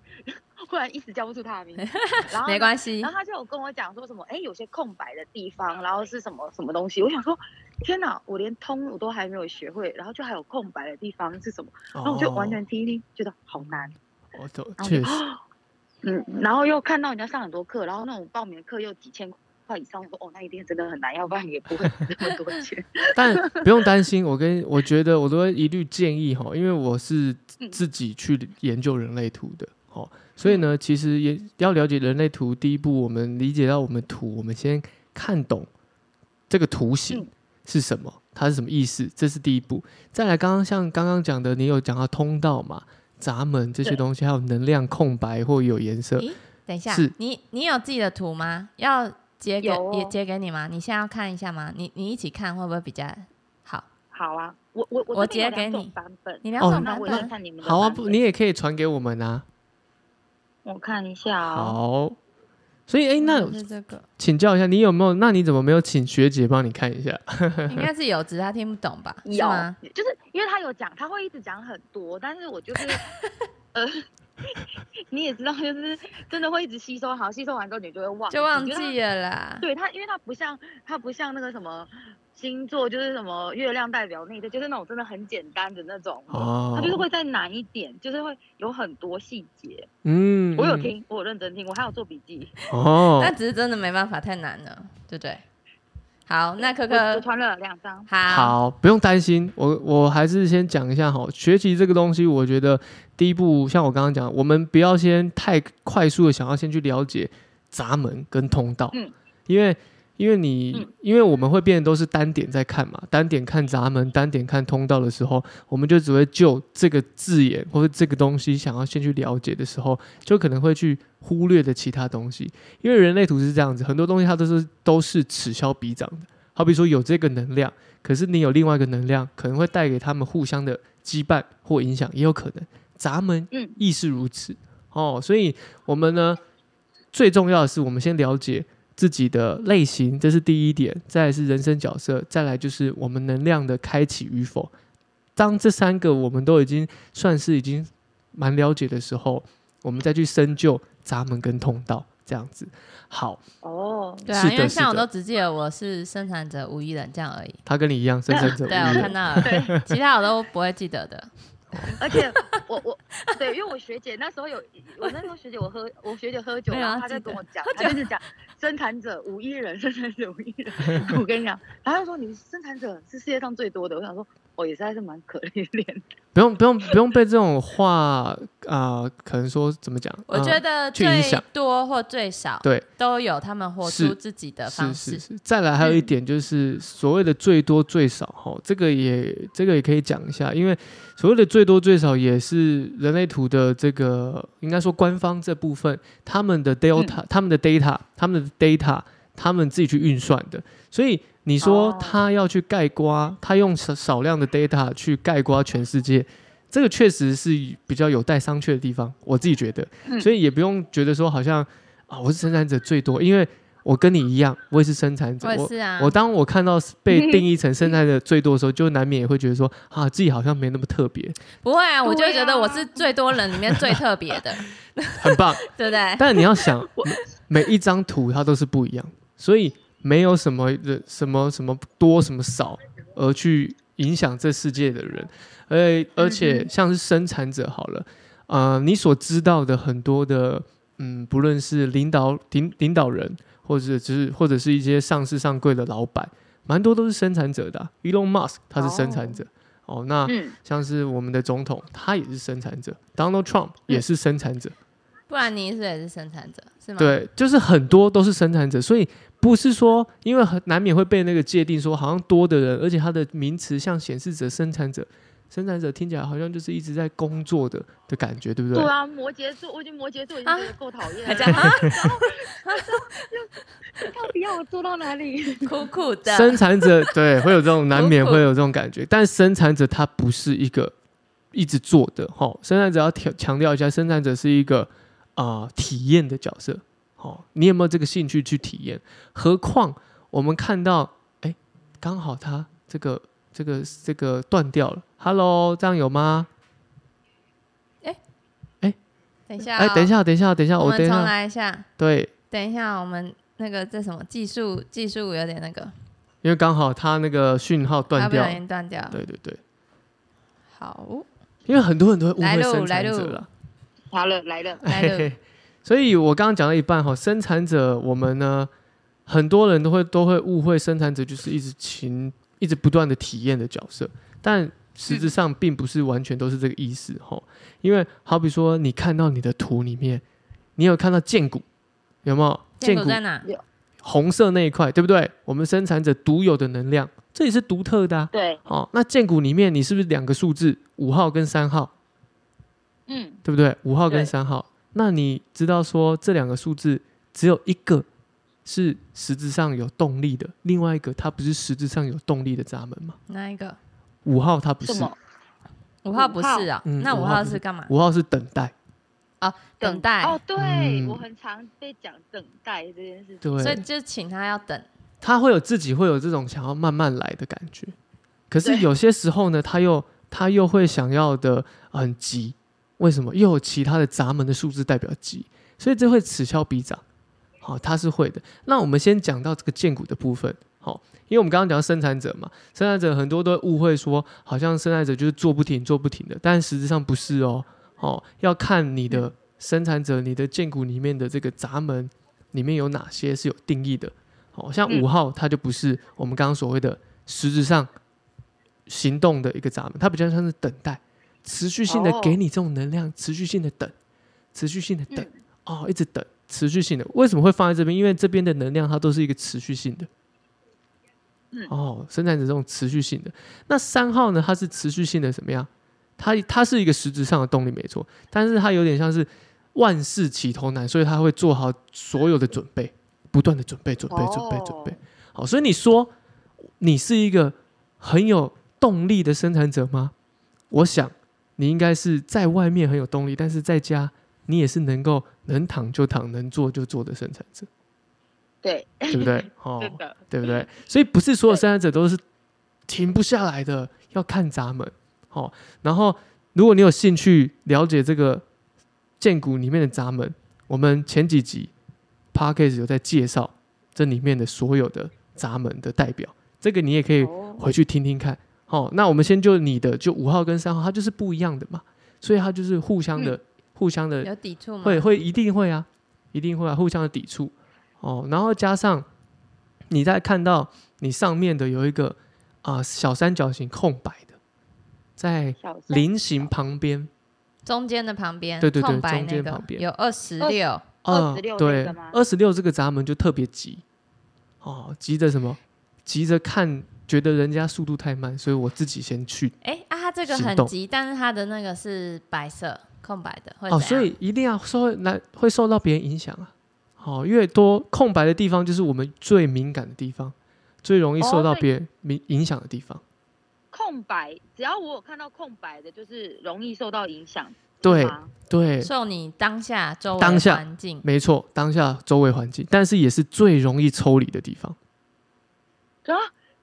[SPEAKER 5] 忽然一时叫不出她的名
[SPEAKER 2] *laughs*
[SPEAKER 5] 字，然后
[SPEAKER 2] 没
[SPEAKER 5] 系。
[SPEAKER 2] 关系
[SPEAKER 5] 然，后他就有跟我讲说什么，哎，有些空白的地方，然后是什么什么东西。我想说，天哪，我连通我都还没有学会，然后就还有空白的地方是什么？然哦后我就完全听一听，觉得好难。
[SPEAKER 1] 哦，都
[SPEAKER 5] 然后
[SPEAKER 1] 确
[SPEAKER 5] 就
[SPEAKER 1] 实，
[SPEAKER 5] 嗯，然后又看到人家上很多课，然后那种报名的课又几千块以上，我说哦，那一定真的很难，要不然也不会这么多钱。 *laughs*
[SPEAKER 1] 但不用担心，我跟我觉得我都会一律建议哈，因为我是
[SPEAKER 5] 嗯
[SPEAKER 1] 自己去研究人类图的，哦，所以
[SPEAKER 5] 嗯
[SPEAKER 1] 呢，其实也要了解人类图，第一步我们理解到我们图，我们先看懂这个图形
[SPEAKER 5] 嗯
[SPEAKER 1] 是什么，它是什么意思，这是第一步。再来，刚刚像刚刚讲的，你有讲到通道嘛、闸门这些
[SPEAKER 5] 对
[SPEAKER 1] 东西，还有能量空白或有颜色，
[SPEAKER 2] 咦，等一下
[SPEAKER 1] 是，
[SPEAKER 2] 你你有自己的图吗？要截给、
[SPEAKER 5] 有哦
[SPEAKER 2] 也截给你吗？你现在要看一下吗？你你一起看会不会比较好？
[SPEAKER 5] 好啊，我我
[SPEAKER 2] 我
[SPEAKER 5] 我这
[SPEAKER 2] 截
[SPEAKER 5] 边有
[SPEAKER 2] 给
[SPEAKER 5] 两
[SPEAKER 2] 你
[SPEAKER 5] 种版本，
[SPEAKER 2] 你两种
[SPEAKER 1] 哦
[SPEAKER 5] 那
[SPEAKER 2] 版
[SPEAKER 5] 我先
[SPEAKER 2] 本，
[SPEAKER 5] 看你们的
[SPEAKER 1] 好啊，
[SPEAKER 5] 版
[SPEAKER 1] 不，
[SPEAKER 5] 本
[SPEAKER 1] 你也可以传给我们啊。
[SPEAKER 5] 我看一下哦。
[SPEAKER 1] 好，所以哎、
[SPEAKER 5] 嗯
[SPEAKER 1] 那
[SPEAKER 2] 是这个
[SPEAKER 1] 请教一下，你有没有？那你怎么没有请学姐帮你看一下？
[SPEAKER 2] 应该是有，只是他听不懂吧？是
[SPEAKER 5] *laughs* 有
[SPEAKER 2] 吗？，
[SPEAKER 5] 就是因为他有讲，他会一直讲很多，但是我就是，
[SPEAKER 2] *laughs*
[SPEAKER 5] 呃， *laughs* 你也知道，就是真的会一直吸收，好，吸收完之后你就会忘，
[SPEAKER 2] 就忘
[SPEAKER 5] 你觉得
[SPEAKER 2] 记了啦
[SPEAKER 5] 它。。对他，因为他不像他不像那个什么星座，就是什么月亮代表那个，就是那种真的很简单的那种，
[SPEAKER 1] 哦
[SPEAKER 5] 他就是会再难一点，就是会有很多细节。
[SPEAKER 1] 嗯
[SPEAKER 5] 我有听，我有认真听，我还有做笔记。
[SPEAKER 1] 哦
[SPEAKER 2] 但。只是真的没办法，太难了，对不对？好，那可
[SPEAKER 5] 我我
[SPEAKER 2] 可
[SPEAKER 5] 传了两张，
[SPEAKER 2] 好，
[SPEAKER 1] 好，不用担心，我我还是先讲一下哈，学习这个东西，我觉得第一步，像我刚刚讲，我们不要先太快速的想要先去了解闸门跟通道，
[SPEAKER 5] 嗯
[SPEAKER 1] 因为因为你、
[SPEAKER 5] 嗯
[SPEAKER 1] 因为我们会变得都是单点在看嘛，单点看闸门，单点看通道的时候，我们就只会就这个字眼或者这个东西想要先去了解的时候，就可能会去忽略的其他东西，因为人类图是这样子，很多东西它都是都是此消彼长的，好比说有这个能量。可是你有另外一个能量，可能会带给他们互相的羁绊或影响，也有可能。咱们
[SPEAKER 5] 嗯
[SPEAKER 1] 亦是如此、哦，所以我们呢，最重要的是我们先了解自己的类型，这是第一点；再来是人生角色，再来就是我们能量的开启与否。当这三个我们都已经算是已经蛮了解的时候，我们再去深究闸门跟通道这样子。好，
[SPEAKER 5] 哦，
[SPEAKER 2] 对啊，
[SPEAKER 1] 是的
[SPEAKER 2] 因为
[SPEAKER 1] 是
[SPEAKER 2] 像我
[SPEAKER 1] 的
[SPEAKER 2] 都只记得我是生产者无一人这样而已。
[SPEAKER 1] 他跟你一样，深深者无
[SPEAKER 2] 对，啊我
[SPEAKER 1] 语
[SPEAKER 2] 看
[SPEAKER 1] 了 *laughs*
[SPEAKER 2] 到了，其他我都不会记得的。
[SPEAKER 1] 嗯
[SPEAKER 5] 而且我我对，因为我学姐那时候有，我那时候学姐我喝我学姐喝酒，
[SPEAKER 2] 没有
[SPEAKER 5] 然后
[SPEAKER 2] 啊
[SPEAKER 5] 她
[SPEAKER 2] 记
[SPEAKER 5] 就跟
[SPEAKER 2] 得
[SPEAKER 5] 我讲，她就是讲生产者无一人，生产者无一人。我跟你讲，然后她说你生产者是世界上最多的，我想说我也实在是蛮可怜的。
[SPEAKER 1] 不用不用不用被这种话啊、可能说怎么讲？
[SPEAKER 2] 我
[SPEAKER 1] 呃
[SPEAKER 2] 觉得
[SPEAKER 1] 去影
[SPEAKER 2] 最
[SPEAKER 1] 响
[SPEAKER 2] 多或最少，
[SPEAKER 1] 对，
[SPEAKER 2] 都有他们活
[SPEAKER 1] 是
[SPEAKER 2] 出自己的
[SPEAKER 1] 是
[SPEAKER 2] 方
[SPEAKER 1] 是
[SPEAKER 2] 式。嗯
[SPEAKER 1] 是。再来还有一点就是所谓的最多最少哈，这个也这个也可以讲一下，因为所谓的最多最少也是人类图的这个应该说官方这部分他们
[SPEAKER 2] 嗯
[SPEAKER 1] 的 delta、他们的 data、他们的 data、他们自己去运算的，所以。你说
[SPEAKER 5] 哦
[SPEAKER 1] 他要去盖瓜，他用少少量的 data 去盖瓜全世界，这个确实是比较有待商榷的地方，我自己觉得，
[SPEAKER 5] 嗯
[SPEAKER 1] 所以也不用觉得说好像啊我是生产者最多，因为我跟你一样，我也是生产者，
[SPEAKER 2] 我也是啊，
[SPEAKER 1] 我当我看到被定义成生态的最多的时候，就难免也会觉得说啊，自己好像没那么特别，
[SPEAKER 2] 不会啊，我就
[SPEAKER 4] 对
[SPEAKER 2] 会觉得我
[SPEAKER 4] 啊
[SPEAKER 2] 是最多人里面最特别 *laughs* 的，
[SPEAKER 1] 很棒。
[SPEAKER 2] 对不对？
[SPEAKER 1] 但你要想，每一张图它都是不一样，所以没有什么人什么什么多什么少而去影响这世界的人，而而且像是生产者好了，呃，你所知道的很多的，嗯，不论是领导领领导人，或者只是或者是一些上市上柜的老板，蛮多都是生产者的啊、Elon Musk 他是生产者。哦，那
[SPEAKER 5] 嗯，
[SPEAKER 1] 像是我们的总统，他也是生产者；Donald Trump 也是生产者。
[SPEAKER 2] 不然你是不是也是生产者是吗？，
[SPEAKER 1] 对，就是很多都是生产者，所以不是说，因为很难免会被那个界定说好像多的人，而且他的名词像显示者、生产者、生产者听起来好像就是一直在工作的的感觉，对不对？
[SPEAKER 5] 对啊，摩羯座，我觉得摩羯座已经觉得够讨厌
[SPEAKER 2] 还
[SPEAKER 5] 了。
[SPEAKER 2] 讲啊
[SPEAKER 5] *laughs*
[SPEAKER 2] *laughs*
[SPEAKER 5] 到底要我做到哪 *laughs* 里？
[SPEAKER 2] 酷酷的，
[SPEAKER 1] 生产者对会有这种难
[SPEAKER 2] *laughs*
[SPEAKER 1] 免
[SPEAKER 2] 苦苦
[SPEAKER 1] 会有这种感觉，但生产者他不是一个一直做的哈、齁生产者要强强调一下，生产者是一个啊、呃体验的角色。哦，你有没有这个兴趣去体验？何况我们看到，哎，刚好他这个这个这个断掉了。Hello，这样有吗？
[SPEAKER 2] 等一下、哦，哦
[SPEAKER 1] 哎，等一，下，等一下，等一下，
[SPEAKER 2] 我
[SPEAKER 1] 我
[SPEAKER 2] 们
[SPEAKER 1] 等一
[SPEAKER 2] 重
[SPEAKER 1] 下，
[SPEAKER 2] 来一下，
[SPEAKER 1] 对，
[SPEAKER 2] 等一下，我们那个这什么技术技术有点那个，
[SPEAKER 1] 因为刚好他那个讯号
[SPEAKER 2] 它
[SPEAKER 1] 断
[SPEAKER 2] 不
[SPEAKER 1] 掉
[SPEAKER 2] 小
[SPEAKER 1] 了。
[SPEAKER 2] 心断掉。
[SPEAKER 1] 对对对，
[SPEAKER 2] 好，
[SPEAKER 1] 因为很多人都会误
[SPEAKER 2] 来
[SPEAKER 1] 会
[SPEAKER 2] 喽
[SPEAKER 1] 生产
[SPEAKER 2] 来喽
[SPEAKER 1] 者了。
[SPEAKER 5] 来了来 *laughs* 了，
[SPEAKER 2] *laughs* 来
[SPEAKER 1] 嘿
[SPEAKER 2] 了
[SPEAKER 1] 嘿 *laughs* 所以我刚刚讲到一半哈，生产者我们呢，很多人都会都会误会生产者就是一直勤一直不断的体验的角色，但实质上并不是完全都是这个意思哈。因为好比说你看到你的图里面，你有看到剑骨，有没有？剑
[SPEAKER 2] 建骨
[SPEAKER 1] 骨
[SPEAKER 2] 在哪？
[SPEAKER 1] 红色那一块，对不对？我们生产者独有的能量，这也是独特的啊。
[SPEAKER 5] 对，
[SPEAKER 1] 哦，那剑骨里面你是不是两个数字五号跟三号？
[SPEAKER 5] 嗯，
[SPEAKER 1] 对不对？五号跟
[SPEAKER 5] 对
[SPEAKER 1] 三号，那你知道说这两个数字只有一个是实质上有动力的，另外一个它不是实质上有动力的闸门吗？
[SPEAKER 2] 哪一个？
[SPEAKER 1] 五号它不
[SPEAKER 5] 什
[SPEAKER 1] 是，
[SPEAKER 5] 么？
[SPEAKER 2] 五号不是啊、
[SPEAKER 1] 嗯
[SPEAKER 2] 那
[SPEAKER 1] 五
[SPEAKER 2] 五
[SPEAKER 1] 号
[SPEAKER 2] 号
[SPEAKER 1] 不
[SPEAKER 2] 是
[SPEAKER 1] 是
[SPEAKER 2] 干嘛？
[SPEAKER 1] 五号是等待，
[SPEAKER 2] 等待。
[SPEAKER 5] 哦，对、
[SPEAKER 1] 嗯
[SPEAKER 5] 我很常被讲等待这件事情。
[SPEAKER 2] 所以
[SPEAKER 1] 对，
[SPEAKER 2] 就请他要等，
[SPEAKER 1] 它会有自己会有这种想要慢慢来的感觉，可是
[SPEAKER 5] 对
[SPEAKER 1] 有些时候呢，它又它又会想要的很急，为什么？又有其他的闸门的数字代表急，所以这会此消彼长。好，它是会的。那我们先讲到这个荐股的部分，好，因为我们刚刚讲到生产者嘛，生产者很多都会误会说，好像生产者就是做不停、做不停的，但实质上不是哦，哦，要看你
[SPEAKER 5] 嗯
[SPEAKER 1] 的生产者、你的荐股里面的这个闸门里面有哪些是有定义的。好像
[SPEAKER 5] 嗯
[SPEAKER 1] 五号它就不是我们刚刚所谓的实质上行动的一个闸门，它比较像是等待，持续性的
[SPEAKER 5] 哦
[SPEAKER 1] 给你这种能量，持续性的等，持续性的等，
[SPEAKER 5] 嗯
[SPEAKER 1] 哦，一直等，持续性的。为什么会放在这边？因为这边的能量它都是一个持续性的。
[SPEAKER 5] 嗯
[SPEAKER 1] 哦，生产者这种持续性的，那三号呢？它是持续性的怎么样？它它是一个实质上的动力没错，但是它有点像是万事起头难，所以它会做好所有的准备，不断的准备，准备，准备，准备。
[SPEAKER 5] 哦
[SPEAKER 1] 好，所以你说你是一个很有动力的生产者吗？我想你应该是在外面很有动力，但是在家你也是能够能躺就躺，能坐就坐的生产者，
[SPEAKER 5] 对，
[SPEAKER 1] 对不
[SPEAKER 5] *laughs*
[SPEAKER 1] 对？哦，
[SPEAKER 5] 真的，
[SPEAKER 1] 对不对？所以不是所有
[SPEAKER 5] 对
[SPEAKER 1] 生产者都是停不下来的，要看闸门。好、然后如果你有兴趣了解这个剑骨里面的闸门，我们前几集 p a c k a g e 有在介绍这里面的所有的闸门的代表，这个你也可以
[SPEAKER 5] 哦
[SPEAKER 1] 回去听听看。好、那我们先就你的，就五号跟三号，它就是不一样的嘛，所以它就是互相的、互相的
[SPEAKER 2] 有抵
[SPEAKER 5] 嗯
[SPEAKER 2] 触吗？
[SPEAKER 1] 会会一定会啊，一定会啊，互相的抵触哦。然后加上你再看到你上面的有一个啊、小三角形空白的，在
[SPEAKER 5] 小三
[SPEAKER 1] 菱形旁边
[SPEAKER 2] 中间的旁边，
[SPEAKER 1] 对对对
[SPEAKER 2] 空白
[SPEAKER 1] 中
[SPEAKER 2] 那
[SPEAKER 1] 间
[SPEAKER 2] 个
[SPEAKER 1] 旁边
[SPEAKER 2] 有二十六，
[SPEAKER 1] 啊、
[SPEAKER 5] 26那
[SPEAKER 1] 对
[SPEAKER 5] 个吗，
[SPEAKER 1] 二十六这个闸门就特别急哦，急着什么？急着看，觉得人家速度太慢，所以我自己先去
[SPEAKER 2] 哎啊，它这个
[SPEAKER 1] 行
[SPEAKER 2] 很
[SPEAKER 1] 动
[SPEAKER 2] 急，但是它的那个是白色空白的，会怎
[SPEAKER 1] 哦，
[SPEAKER 2] 样？
[SPEAKER 1] 所以一定要受来会受到别人影响啊。哦，越多空白的地方，就是我们最敏感的地方，最容易受
[SPEAKER 5] 哦
[SPEAKER 1] 到
[SPEAKER 5] 对
[SPEAKER 1] 别人影影响的地方。
[SPEAKER 5] 空白，只要我有看到空白的，就是容易受到影响。
[SPEAKER 1] 对
[SPEAKER 5] 吗
[SPEAKER 1] 对，
[SPEAKER 2] 受你当下周围
[SPEAKER 1] 当下
[SPEAKER 2] 环境，
[SPEAKER 1] 没错，当下周围环境，但是也是最容易抽离的地方。
[SPEAKER 5] 啊，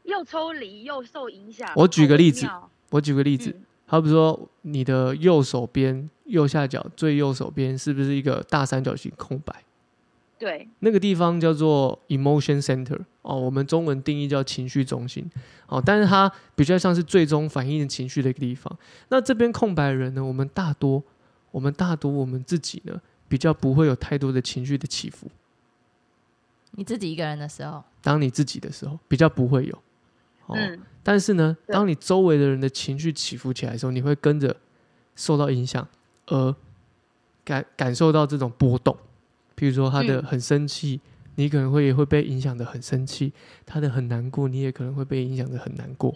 [SPEAKER 5] 又抽离又受影响。
[SPEAKER 1] 我举个
[SPEAKER 5] 好
[SPEAKER 1] 例
[SPEAKER 5] 微
[SPEAKER 1] 子
[SPEAKER 5] 妙
[SPEAKER 1] 我举个例子，
[SPEAKER 5] 嗯
[SPEAKER 1] 好比说你的右手边右下角最右手边是不是一个大三角形空白？
[SPEAKER 5] 对，
[SPEAKER 1] 那个地方叫做 emotion center 哦，我们中文定义叫情绪中心哦，但是它比较像是最终反映情绪的一个地方。那这边空白的人呢，我们大多，我们大多我们自己呢，比较不会有太多的情绪的起伏。
[SPEAKER 2] 你自己一个人的时候，
[SPEAKER 1] 当你自己的时候，比较不会有。哦，
[SPEAKER 5] 嗯，
[SPEAKER 1] 但是呢，
[SPEAKER 5] 对
[SPEAKER 1] 当你周围的人的情绪起伏起来的时候，你会跟着受到影响，而感感受到这种波动。譬如说他的
[SPEAKER 5] 嗯
[SPEAKER 1] 很生气，你可能会也会被影响的很生气；他的很难过，你也可能会被影响的很难过。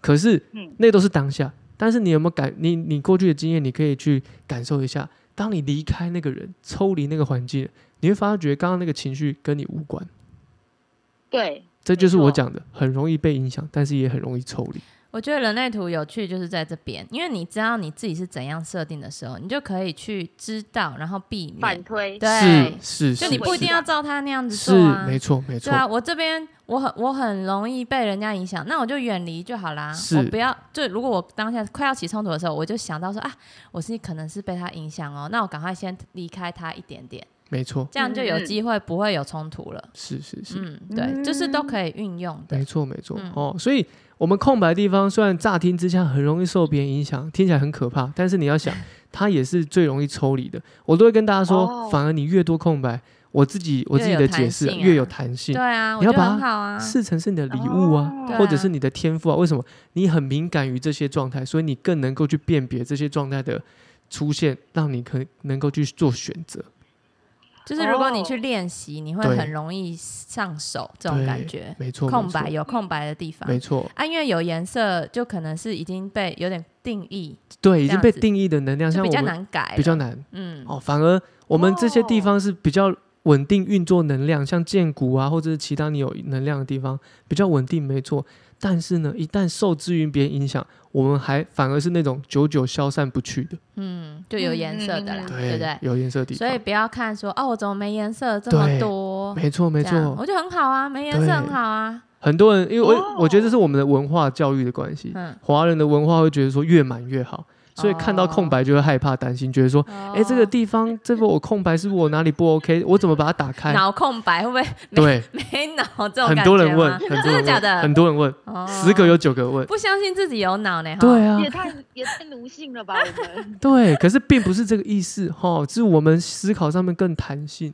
[SPEAKER 1] 可是
[SPEAKER 5] 嗯，
[SPEAKER 1] 那都是当下。但是你有没有感？你你过去的经验，你可以去感受一下。当你离开那个人，抽离那个环境，你会发觉刚刚那个情绪跟你无关。
[SPEAKER 5] 对，
[SPEAKER 1] 这就
[SPEAKER 5] 没
[SPEAKER 1] 是我
[SPEAKER 5] 错
[SPEAKER 1] 讲的，很容易被影响，但是也很容易抽离。
[SPEAKER 2] 我觉得人类图有趣就是在这边，因为你知道你自己是怎样设定的时候，你就可以去知道，然后避
[SPEAKER 5] 反
[SPEAKER 2] 免。
[SPEAKER 5] 推，
[SPEAKER 2] 对，
[SPEAKER 1] 是是，
[SPEAKER 2] 就你
[SPEAKER 1] 是
[SPEAKER 2] 不一定要照他那样子
[SPEAKER 1] 是
[SPEAKER 2] 做啊，
[SPEAKER 1] 没错没错
[SPEAKER 2] 对，啊，我这边我很我很容易被人家影响，那我就远离就好啦。
[SPEAKER 1] 是
[SPEAKER 2] 我不要就如果我当下快要起冲突的时候，我就想到说啊，我是可能是被他影响哦，那我赶快先离开他一点点，
[SPEAKER 1] 没错，
[SPEAKER 2] 这样就有
[SPEAKER 5] 嗯嗯
[SPEAKER 2] 机会不会有冲突了。
[SPEAKER 1] 是是是，
[SPEAKER 2] 嗯，对，就是都可以运用的
[SPEAKER 1] 没。错没错
[SPEAKER 2] 嗯
[SPEAKER 1] 哦。所以我们空白的地方，虽然乍听之下很容易受别人影响，听起来很可怕，但是你
[SPEAKER 2] *laughs*
[SPEAKER 1] 要想，它也是最容易抽离的。我都会跟大家说
[SPEAKER 5] 哦，
[SPEAKER 1] 反而你越多空白，我自己我自己
[SPEAKER 2] 越有
[SPEAKER 1] 的
[SPEAKER 2] 弹
[SPEAKER 1] 解释
[SPEAKER 2] 性啊
[SPEAKER 1] 越有弹性
[SPEAKER 2] 对，啊，我
[SPEAKER 1] 你要
[SPEAKER 2] 觉得
[SPEAKER 1] 把
[SPEAKER 2] 很好啊。
[SPEAKER 1] 视成是你的礼物啊
[SPEAKER 5] 哦，
[SPEAKER 2] 对
[SPEAKER 1] 或者
[SPEAKER 2] 啊
[SPEAKER 1] 是你的天赋啊。为什么？你很敏感于这些状态，所以你更能够去辨别这些状态的出现，让你可能够去做选择。
[SPEAKER 2] 就是如果你
[SPEAKER 5] 哦
[SPEAKER 2] 去练习，你会
[SPEAKER 1] 对
[SPEAKER 2] 很容易上手这种
[SPEAKER 1] 对
[SPEAKER 2] 感觉。
[SPEAKER 1] 没错，没
[SPEAKER 2] 空
[SPEAKER 1] 错
[SPEAKER 2] 白有空白的地方，
[SPEAKER 1] 没错，
[SPEAKER 2] 啊，因为有颜色，就可能是已经被有点定义，
[SPEAKER 1] 对，已经
[SPEAKER 2] 这样
[SPEAKER 1] 被
[SPEAKER 2] 子
[SPEAKER 1] 定义的能量，
[SPEAKER 2] 就
[SPEAKER 1] 像
[SPEAKER 2] 比
[SPEAKER 1] 我
[SPEAKER 2] 较
[SPEAKER 1] 们
[SPEAKER 2] 难改，
[SPEAKER 1] 比较，难
[SPEAKER 2] 嗯，
[SPEAKER 1] 哦。反而我们这些地
[SPEAKER 5] 哦
[SPEAKER 1] 方是比较稳定运作能量，像剑骨啊，或者是其他你有能量的地方比较稳定，没错。但是呢，一旦受制于别人影响，我们还反而是那种久久消散不去的，
[SPEAKER 2] 嗯，就有颜色的啦，
[SPEAKER 5] 嗯
[SPEAKER 2] 对不对？
[SPEAKER 1] 有颜色的地
[SPEAKER 2] 所
[SPEAKER 1] 方，
[SPEAKER 2] 以不要看说哦，我怎么没颜色这么
[SPEAKER 1] 对
[SPEAKER 2] 多？
[SPEAKER 1] 没错没
[SPEAKER 2] 哦这样
[SPEAKER 1] 错。
[SPEAKER 2] 我觉得很好啊，没颜色
[SPEAKER 1] 对
[SPEAKER 2] 很好啊，
[SPEAKER 1] 很多人因为我、我觉得这
[SPEAKER 5] 哦
[SPEAKER 1] 是我们的文化教育的关系，
[SPEAKER 2] 嗯，
[SPEAKER 1] 华人的文化会觉得说越满越好，所以看到空
[SPEAKER 2] 哦
[SPEAKER 1] 白就会害怕担心，觉得说
[SPEAKER 2] 哎
[SPEAKER 1] 哎、这个地方，这个我空白，是不是我哪里不 OK？我怎么把它打开？
[SPEAKER 2] 脑空白会不会
[SPEAKER 1] 哎 *laughs*
[SPEAKER 2] *laughs*
[SPEAKER 1] 对，
[SPEAKER 2] 没脑这种
[SPEAKER 1] 很
[SPEAKER 2] 感觉
[SPEAKER 1] 多人
[SPEAKER 2] *laughs*
[SPEAKER 1] 问，
[SPEAKER 2] 吗
[SPEAKER 1] 很多
[SPEAKER 2] 真
[SPEAKER 1] 人
[SPEAKER 2] 的假
[SPEAKER 1] 问，
[SPEAKER 2] 的？
[SPEAKER 1] 很多人问，
[SPEAKER 2] 哦
[SPEAKER 1] 十个有九个问。
[SPEAKER 2] 不相信自己有脑呢？哈
[SPEAKER 1] 对，
[SPEAKER 2] *laughs*
[SPEAKER 1] 啊
[SPEAKER 5] 也，太也太奴性了吧，我们
[SPEAKER 1] 对，可是并不是这个意思哈，是我们思考上面更弹性，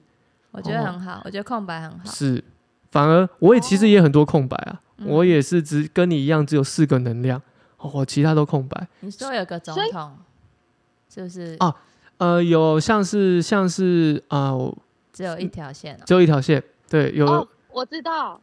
[SPEAKER 2] 我觉得
[SPEAKER 1] 哦
[SPEAKER 2] 很好，我觉得空白很好，哦
[SPEAKER 1] 是，反而我也其实也很多空白啊，
[SPEAKER 2] 嗯
[SPEAKER 1] 我也是只跟你一样只有四个能量，哦，我其他都空白。
[SPEAKER 2] 你说有个总统，是不是
[SPEAKER 1] 哦呃，有像是像是啊、我
[SPEAKER 2] 只有一条线哦？
[SPEAKER 1] 只有一条线，对，有、
[SPEAKER 5] 哦，我知道，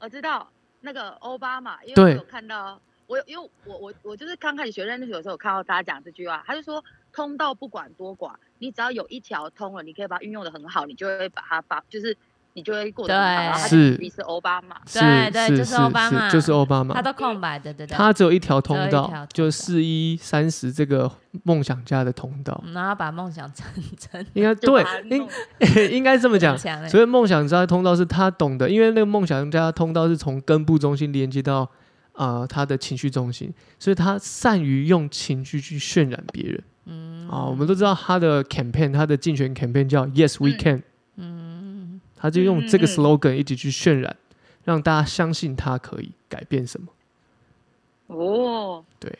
[SPEAKER 5] 我知道那个奥巴马，因为我
[SPEAKER 1] 对
[SPEAKER 5] 有看到，我因为我我我就是刚开始学认识有时候有看到大家讲这句话，他就说通道不管多寡，你只要有一条通了，你可以把它运用的很好，你就会把它把就是你就会过得很好，
[SPEAKER 2] 对
[SPEAKER 5] 然后他
[SPEAKER 1] 是
[SPEAKER 5] 就你是奥巴马，
[SPEAKER 1] 是
[SPEAKER 2] 对对
[SPEAKER 1] 是
[SPEAKER 2] 就是是奥巴马
[SPEAKER 1] 就是奥巴马，
[SPEAKER 2] 他都空白的，对对对。
[SPEAKER 1] 它只有一条通
[SPEAKER 2] 只有一条
[SPEAKER 1] 道
[SPEAKER 2] 通，
[SPEAKER 1] 就
[SPEAKER 2] 道
[SPEAKER 1] 四一三十这个梦想家的通道，
[SPEAKER 2] 嗯然后把梦想成真， *laughs*
[SPEAKER 1] 应该
[SPEAKER 5] 就把
[SPEAKER 1] 对
[SPEAKER 5] 它，弄
[SPEAKER 1] 应应 *laughs* 该这么讲
[SPEAKER 2] 很。强欸
[SPEAKER 1] 所以梦想家的通道是他懂的，因为那个梦想家的通道是从根部中心连接到啊、呃他的情绪中心，所以他善于用情绪去渲染别人
[SPEAKER 2] 嗯
[SPEAKER 1] 啊、我们都知道他的 campaign，他的竞选 campaign 叫 Yes We
[SPEAKER 5] 嗯
[SPEAKER 1] Can，、
[SPEAKER 2] 嗯，
[SPEAKER 1] 他就用这个
[SPEAKER 5] 嗯嗯
[SPEAKER 1] slogan 一起去渲染，让大家相信他可以改变什么。
[SPEAKER 5] 哦，
[SPEAKER 1] 对，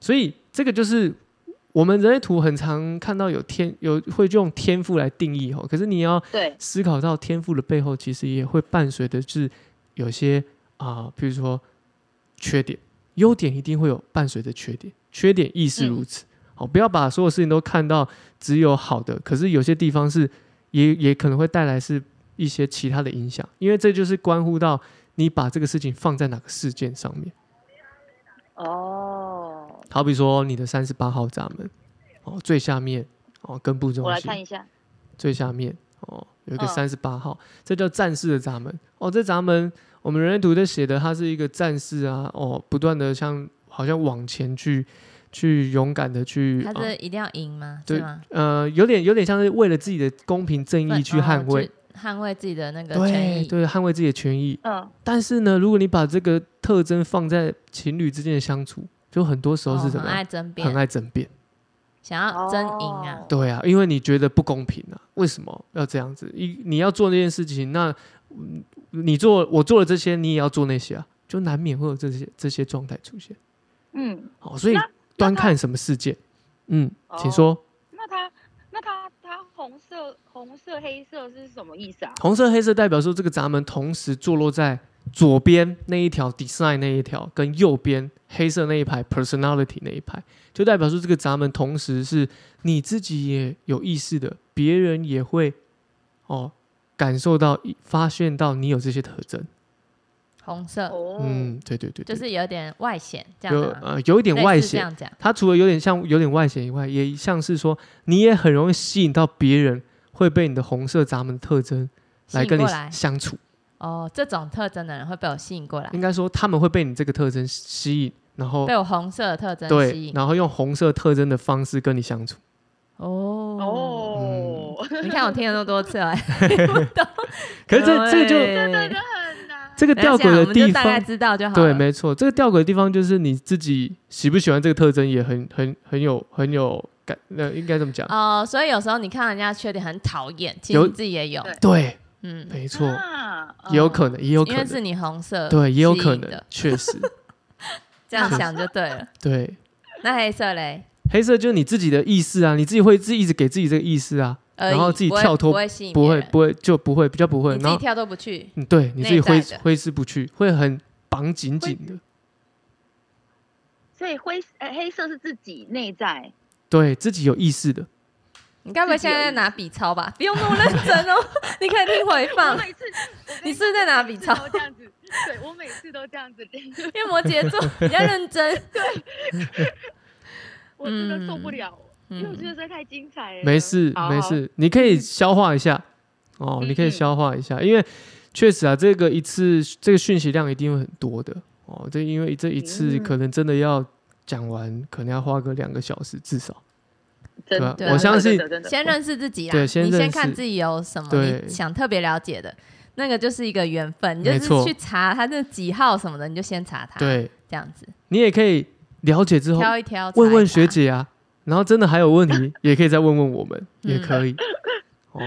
[SPEAKER 1] 所以这个就是我们人类图很常看到有天有会用天赋来定义哦，可是你要
[SPEAKER 5] 对，
[SPEAKER 1] 思考到天赋的背后，其实也会伴随的是有些啊、比如说缺点，优点一定会有伴随着缺点，缺点亦是如此。好、不要把所有事情都看到只有好的，可是有些地方是也也可能会带来是一些其他的影响，因为这就是关乎到你把这个事情放在哪个事件上面。
[SPEAKER 5] 哦，
[SPEAKER 1] 好比说你的三十八号闸门，哦，最下面哦，根部中
[SPEAKER 5] 我来看
[SPEAKER 1] 心
[SPEAKER 5] 一下，
[SPEAKER 1] 最下面哦，有一个
[SPEAKER 5] 嗯
[SPEAKER 1] 三十八号，这叫战士的闸门哦。这闸门我们人类图在写的，它是一个战士啊，哦，不断的像好像往前去去勇敢的去，
[SPEAKER 2] 他
[SPEAKER 1] 呃
[SPEAKER 2] 是一定要赢吗？
[SPEAKER 1] 对
[SPEAKER 2] 是吗？
[SPEAKER 1] 呃，有点有点像是为了自己的公平正义
[SPEAKER 2] 奋
[SPEAKER 1] 去
[SPEAKER 2] 哦
[SPEAKER 1] 捍卫，
[SPEAKER 2] 去捍卫哦自己的那个权
[SPEAKER 1] 对
[SPEAKER 2] 益。
[SPEAKER 1] 对，捍卫自己的权益。
[SPEAKER 5] 嗯，
[SPEAKER 1] 但是呢，如果你把这个特征放在情侣之间的相处，就很多时候
[SPEAKER 2] 哦
[SPEAKER 1] 是怎
[SPEAKER 2] 很
[SPEAKER 1] 么样？
[SPEAKER 2] 爱争辩
[SPEAKER 1] 很，爱争辩。
[SPEAKER 2] 想要争赢啊
[SPEAKER 5] 哦。
[SPEAKER 1] 对啊，因为你觉得不公平啊，为什么要这样子？一你要做那件事情，那嗯你做我做了这些，你也要做那些啊，就难免会有这些这些状态出现。
[SPEAKER 5] 嗯，
[SPEAKER 1] 好，所以
[SPEAKER 5] 那
[SPEAKER 1] 端看什么事件，嗯，请说。
[SPEAKER 5] 那他那他他红色红色黑色是什么意思啊？
[SPEAKER 1] 红色、黑色代表说这个闸门同时坐落在左边那一条 design 那一条，跟右边黑色那一排 personality 那一排，就代表说这个闸门同时是你自己也有意识的，别人也会哦感受到、发现到你有这些特征。
[SPEAKER 2] 红色
[SPEAKER 5] 哦，
[SPEAKER 1] 嗯，对对对
[SPEAKER 2] 就
[SPEAKER 1] 对
[SPEAKER 2] 是有点外显这样
[SPEAKER 1] 有
[SPEAKER 2] 的吗，
[SPEAKER 1] 呃有一点
[SPEAKER 2] 类似
[SPEAKER 1] 外
[SPEAKER 2] 这
[SPEAKER 1] 显，
[SPEAKER 2] 样讲。
[SPEAKER 1] 它除了有点像有点外显以外，也像是说你也很容易吸引到别人会被你的红色闸门的特征
[SPEAKER 2] 吸
[SPEAKER 1] 来
[SPEAKER 2] 引
[SPEAKER 1] 跟你
[SPEAKER 2] 过来
[SPEAKER 1] 相处。
[SPEAKER 2] 哦，这种特征的人会被我吸引过来
[SPEAKER 1] 应，该说他们会被你这个特征吸引，然后
[SPEAKER 2] 被我红色的特征吸
[SPEAKER 1] 对，
[SPEAKER 2] 引。
[SPEAKER 1] 然后用红色特征的方式跟你相处。嗯
[SPEAKER 2] 哦，
[SPEAKER 5] 哦， *laughs*
[SPEAKER 2] 你看我听了那么
[SPEAKER 1] *laughs*
[SPEAKER 2] 多次了，欸
[SPEAKER 1] 可是这这个就
[SPEAKER 2] 对
[SPEAKER 5] 真的很难。
[SPEAKER 1] 这个
[SPEAKER 2] 没关
[SPEAKER 1] 吊
[SPEAKER 2] 系
[SPEAKER 1] 诡
[SPEAKER 2] 啊我
[SPEAKER 1] 的
[SPEAKER 2] 们就
[SPEAKER 1] 地
[SPEAKER 2] 大概
[SPEAKER 1] 方，
[SPEAKER 2] 知道就好了。
[SPEAKER 1] 对，没错，这个吊诡的地方就是你自己喜不喜欢这个特征，也很很很有很有感，那应该怎么讲？
[SPEAKER 2] 哦，所以有时候你看人家缺点很讨厌，其实
[SPEAKER 1] 有
[SPEAKER 2] 你自己也有，
[SPEAKER 5] 对
[SPEAKER 1] 对，
[SPEAKER 2] 嗯，
[SPEAKER 1] 没
[SPEAKER 5] *laughs*
[SPEAKER 1] 错，
[SPEAKER 5] 啊
[SPEAKER 1] 也有可能，也有可
[SPEAKER 2] 因为是
[SPEAKER 1] 能，
[SPEAKER 2] 你红色，
[SPEAKER 1] 对，也有可能
[SPEAKER 2] 的，，
[SPEAKER 1] 确实，
[SPEAKER 2] 这样
[SPEAKER 1] 确实
[SPEAKER 2] 想就对了。
[SPEAKER 1] 对。
[SPEAKER 2] 那黑色嘞，
[SPEAKER 1] 黑色就是你自己的意识啊，你自己会自己一直给自己这个意识啊，
[SPEAKER 2] 而
[SPEAKER 1] 然后
[SPEAKER 2] 已
[SPEAKER 1] 自己
[SPEAKER 2] 不会
[SPEAKER 1] 跳脱
[SPEAKER 2] 不会吸引
[SPEAKER 1] 不
[SPEAKER 2] 别
[SPEAKER 1] 会
[SPEAKER 2] 人
[SPEAKER 1] 不会就不会比较不会，
[SPEAKER 2] 你
[SPEAKER 1] 然
[SPEAKER 2] 自己
[SPEAKER 1] 后
[SPEAKER 2] 跳都不去，
[SPEAKER 1] 嗯，对，你自
[SPEAKER 2] 内
[SPEAKER 1] 己挥
[SPEAKER 2] 在的
[SPEAKER 1] 挥之不去，会很绑紧紧的。
[SPEAKER 5] 所以灰呃黑色是自己内在，
[SPEAKER 1] 对自己有意识的，
[SPEAKER 2] 你该不会
[SPEAKER 5] 自己
[SPEAKER 2] 现
[SPEAKER 5] 有
[SPEAKER 2] 在在
[SPEAKER 5] 意
[SPEAKER 2] 拿笔抄吧？ *laughs* 不用那么认真 *laughs* 哦，你可以听回
[SPEAKER 5] 我
[SPEAKER 2] 放。
[SPEAKER 5] 每次
[SPEAKER 2] 你是不是在拿笔抄
[SPEAKER 5] 我每次都这样子，对我每次都这样
[SPEAKER 2] *laughs*
[SPEAKER 5] 子，*laughs*
[SPEAKER 2] 因为摩羯 *laughs* 座比较认真，
[SPEAKER 5] 我真的受不
[SPEAKER 2] 嗯
[SPEAKER 5] 了，因为我觉得
[SPEAKER 2] 嗯，
[SPEAKER 5] 这太精彩了。
[SPEAKER 1] 没事
[SPEAKER 5] 好
[SPEAKER 1] 没
[SPEAKER 5] 好
[SPEAKER 1] 事，你可以消化一下哦，
[SPEAKER 5] 嗯
[SPEAKER 1] 你可以
[SPEAKER 5] 嗯
[SPEAKER 1] 消化一下，因为确实啊，这个一次这个讯息量一定会很多的哦，这因为这一次
[SPEAKER 5] 嗯
[SPEAKER 1] 可能真的要讲完，可能要花个两个小时至少。对
[SPEAKER 5] 真的
[SPEAKER 1] 啊，
[SPEAKER 5] 真的
[SPEAKER 2] 我
[SPEAKER 1] 相信
[SPEAKER 5] 真的真的
[SPEAKER 2] 先认识自己啦，啊
[SPEAKER 1] 对先
[SPEAKER 2] 你先
[SPEAKER 1] 认
[SPEAKER 2] 看
[SPEAKER 1] 识
[SPEAKER 2] 自己有什么
[SPEAKER 1] 对
[SPEAKER 2] 你想特别了解的，那个就是一个缘分，你就
[SPEAKER 1] 没
[SPEAKER 2] 是
[SPEAKER 1] 错
[SPEAKER 2] 去查他这几号什么的，你就先查他，，
[SPEAKER 1] 对
[SPEAKER 2] 这样子
[SPEAKER 1] 你也可以了解之后
[SPEAKER 2] 啊挑一挑，
[SPEAKER 1] 问
[SPEAKER 2] 查一
[SPEAKER 1] 问
[SPEAKER 2] 查
[SPEAKER 1] 学，姐啊，然后真的还有问题也可以再问问我们，也可以哦。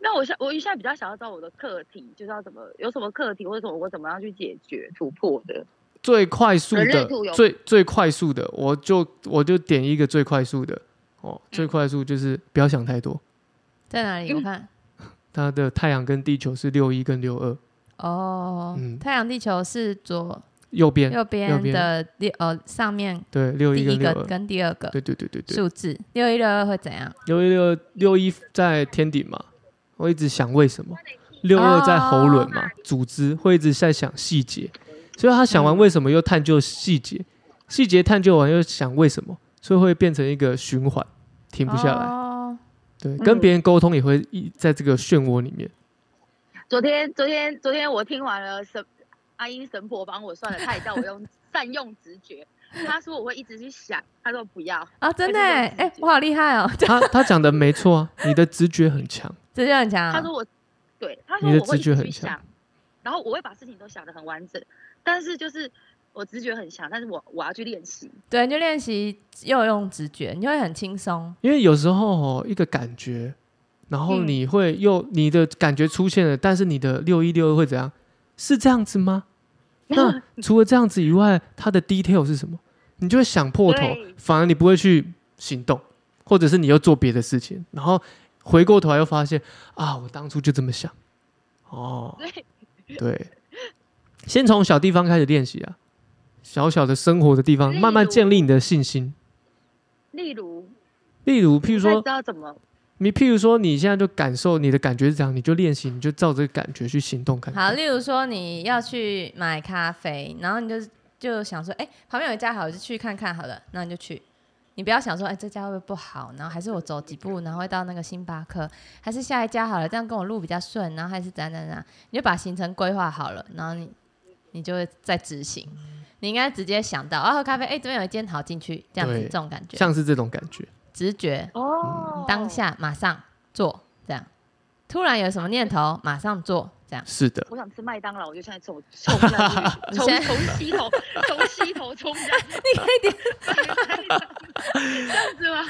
[SPEAKER 5] 那我现我现在比较想要知道我的课题，就是要怎么有什么课题，或者我怎么样去解决突破的。
[SPEAKER 1] 最快速
[SPEAKER 5] 人类
[SPEAKER 1] 的
[SPEAKER 5] 图有，
[SPEAKER 1] 最最快速的，我就我就点一个最快速的
[SPEAKER 5] 嗯
[SPEAKER 1] 哦，最快速就是不要想太多。
[SPEAKER 2] 在哪里？我看
[SPEAKER 1] 它的太阳跟地球是六一跟六二，
[SPEAKER 2] 哦
[SPEAKER 1] 嗯，
[SPEAKER 2] 太阳地球是左
[SPEAKER 1] 右边
[SPEAKER 2] 右边
[SPEAKER 1] 边
[SPEAKER 2] 的第呃上面
[SPEAKER 1] 对六一
[SPEAKER 2] 第一
[SPEAKER 1] 跟六
[SPEAKER 2] 个
[SPEAKER 1] 二，
[SPEAKER 2] 跟第二个
[SPEAKER 1] 对对对对对，
[SPEAKER 2] 数字六一六二会怎样？
[SPEAKER 1] 六一六六一在天顶嘛，我一直想为什么，六
[SPEAKER 2] 哦
[SPEAKER 1] 二在喉轮嘛，组织会一直在想细节，所以他想完为什么又探究细节，细节探究完又想为什么，所以会变成一个循环，停不下来。
[SPEAKER 2] 哦
[SPEAKER 1] 对，跟
[SPEAKER 5] 嗯
[SPEAKER 1] 别人沟通也会一在这个漩涡里面。
[SPEAKER 5] 昨天昨天昨天我听完了神阿英神婆帮我算了，她也叫我用 *laughs* 善用直觉。她说我会一直去想，她说不要，
[SPEAKER 2] 啊，真的
[SPEAKER 5] 还
[SPEAKER 2] 哎
[SPEAKER 5] 是有自己，
[SPEAKER 2] 哎我好厉害哦，
[SPEAKER 1] 他他讲的没错啊，你的直觉很强，
[SPEAKER 2] 这就很强。
[SPEAKER 5] 她说我对，她说
[SPEAKER 1] 啊你的
[SPEAKER 5] 我会
[SPEAKER 1] 直
[SPEAKER 5] 一
[SPEAKER 1] 觉
[SPEAKER 5] 直
[SPEAKER 1] 很
[SPEAKER 5] 去
[SPEAKER 1] 强
[SPEAKER 5] 想，然后我会把事情都想得很完整，但是就是我直觉很强，但是我我要去练习。
[SPEAKER 2] 对，你就练习又用直觉，你就会很轻松。
[SPEAKER 1] 因为有时候哦一个感觉，然后
[SPEAKER 5] 嗯
[SPEAKER 1] 你会又你的感觉出现了，但是你的六一六二会怎样？是这样子
[SPEAKER 5] *laughs*
[SPEAKER 1] 吗？那除了这样子以外，它的 detail 是什么？你就会想破头
[SPEAKER 5] 对，
[SPEAKER 1] 反而你不会去行动，或者是你又做别的事情，然后回过头来又发现啊，我当初就这么想，哦，对，先从小地方开始练习啊，小小的生活的地方，
[SPEAKER 5] 例
[SPEAKER 1] 慢慢
[SPEAKER 5] 如
[SPEAKER 1] 建立你的信心。
[SPEAKER 5] 例如，
[SPEAKER 1] 例如，譬如
[SPEAKER 5] 不太
[SPEAKER 1] 说
[SPEAKER 5] 知，道怎么
[SPEAKER 1] 你譬如说，你现在就感受你的感觉是怎样，你就练习，你就照这个感觉去行动看
[SPEAKER 2] 好，
[SPEAKER 1] 看。
[SPEAKER 2] 例如说你要去买咖啡，然后你就就想说，哎、旁边有一家好，我就去看看好了，那你就去。你不要想说，哎、这家会不会不好？然后还是我走几步，然后会到那个星巴克，还是下一家好了，这样跟我路比较顺，然后还是怎样怎样怎样，你就把行程规划好了，然后你你就会在执行。你应该直接想到啊，喝咖啡，哎、这边有一间好进去，这样子
[SPEAKER 1] 对
[SPEAKER 2] 这种感觉，
[SPEAKER 1] 像是这种感觉，
[SPEAKER 2] 直觉，
[SPEAKER 1] 嗯
[SPEAKER 5] 哦，
[SPEAKER 2] 当下马上做，这样。突然有什么念头，马上做，这样。
[SPEAKER 1] 是
[SPEAKER 2] *laughs*
[SPEAKER 1] 的，
[SPEAKER 5] 我想吃麦当劳，我就现在走冲下
[SPEAKER 1] *laughs*
[SPEAKER 5] 去，
[SPEAKER 2] 你
[SPEAKER 5] 从
[SPEAKER 2] 现在
[SPEAKER 5] 从西头从西头冲下去，
[SPEAKER 2] 你可以点
[SPEAKER 5] 是吗？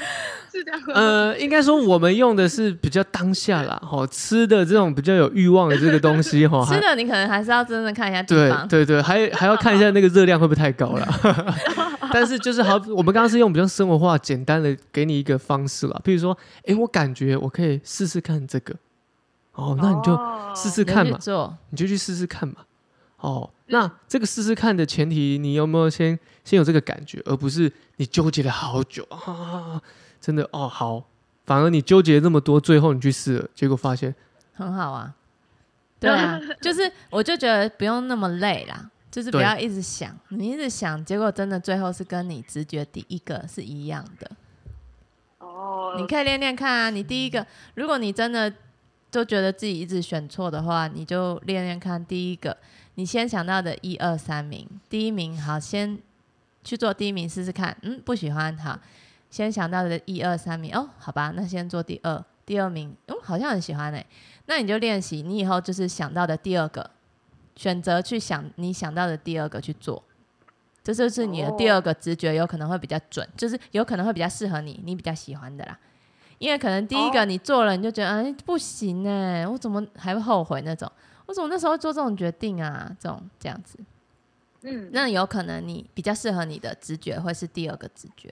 [SPEAKER 5] 是这样吗？
[SPEAKER 1] 呃，应该说我们用的是比较当下啦，哈，吃的这种比较有欲望的这个东西，哈，哦还
[SPEAKER 2] *laughs* 吃的，你可能还是要真的看一下地
[SPEAKER 1] 对
[SPEAKER 2] 方。
[SPEAKER 1] 对对，还还要看一下那个热量会不会太高
[SPEAKER 2] *laughs*
[SPEAKER 1] 了。但是就是好，我们刚刚是用比较生活化、简单的给你一个方式啦，比如说，哎，我感觉我可以试试看这个，哦， *laughs* 那你就
[SPEAKER 5] 哦
[SPEAKER 1] 试试
[SPEAKER 2] 你就
[SPEAKER 1] 看
[SPEAKER 2] 去
[SPEAKER 1] 嘛，
[SPEAKER 2] 做，
[SPEAKER 1] 你就去试试看嘛。哦，那这个试试看的前提，你有没有先先有这个感觉，而不是你纠结了好久啊，真的哦好，反而你纠结那么多，最后你去试了，结果发现
[SPEAKER 2] 很好
[SPEAKER 1] *laughs*
[SPEAKER 2] 啊。对啊，就是我就觉得不用那么累啦，就是不
[SPEAKER 1] 对
[SPEAKER 2] 要一直想，你一直想，结果真的最后是跟你直觉第一个是一样的。
[SPEAKER 5] 哦，
[SPEAKER 2] 你可以练练看啊，你第一个，如果你真的就觉得自己一直选错的话，你就练练看第一个，你先想到的一二三名，第一名好，先去做第一名试试看，嗯，不喜欢好，先想到的一二三名，哦，好吧，那先做第二，第二名，嗯，好像很喜欢哎、那你就练习，你以后就是想到的第二个，选择去想你想到的第二个去做，这就是你的第二个直觉，有可能会比较准，就是有可能会比较适合你，你比较喜欢的啦。因为可能第一个
[SPEAKER 5] 哦
[SPEAKER 2] 你做了，你就觉得哎、不行哎、我怎么还会后悔那种？我怎么那时候做这种决定啊？这种这样子，
[SPEAKER 5] 嗯，
[SPEAKER 2] 那有可能你比较适合你的直觉会是第二个直觉。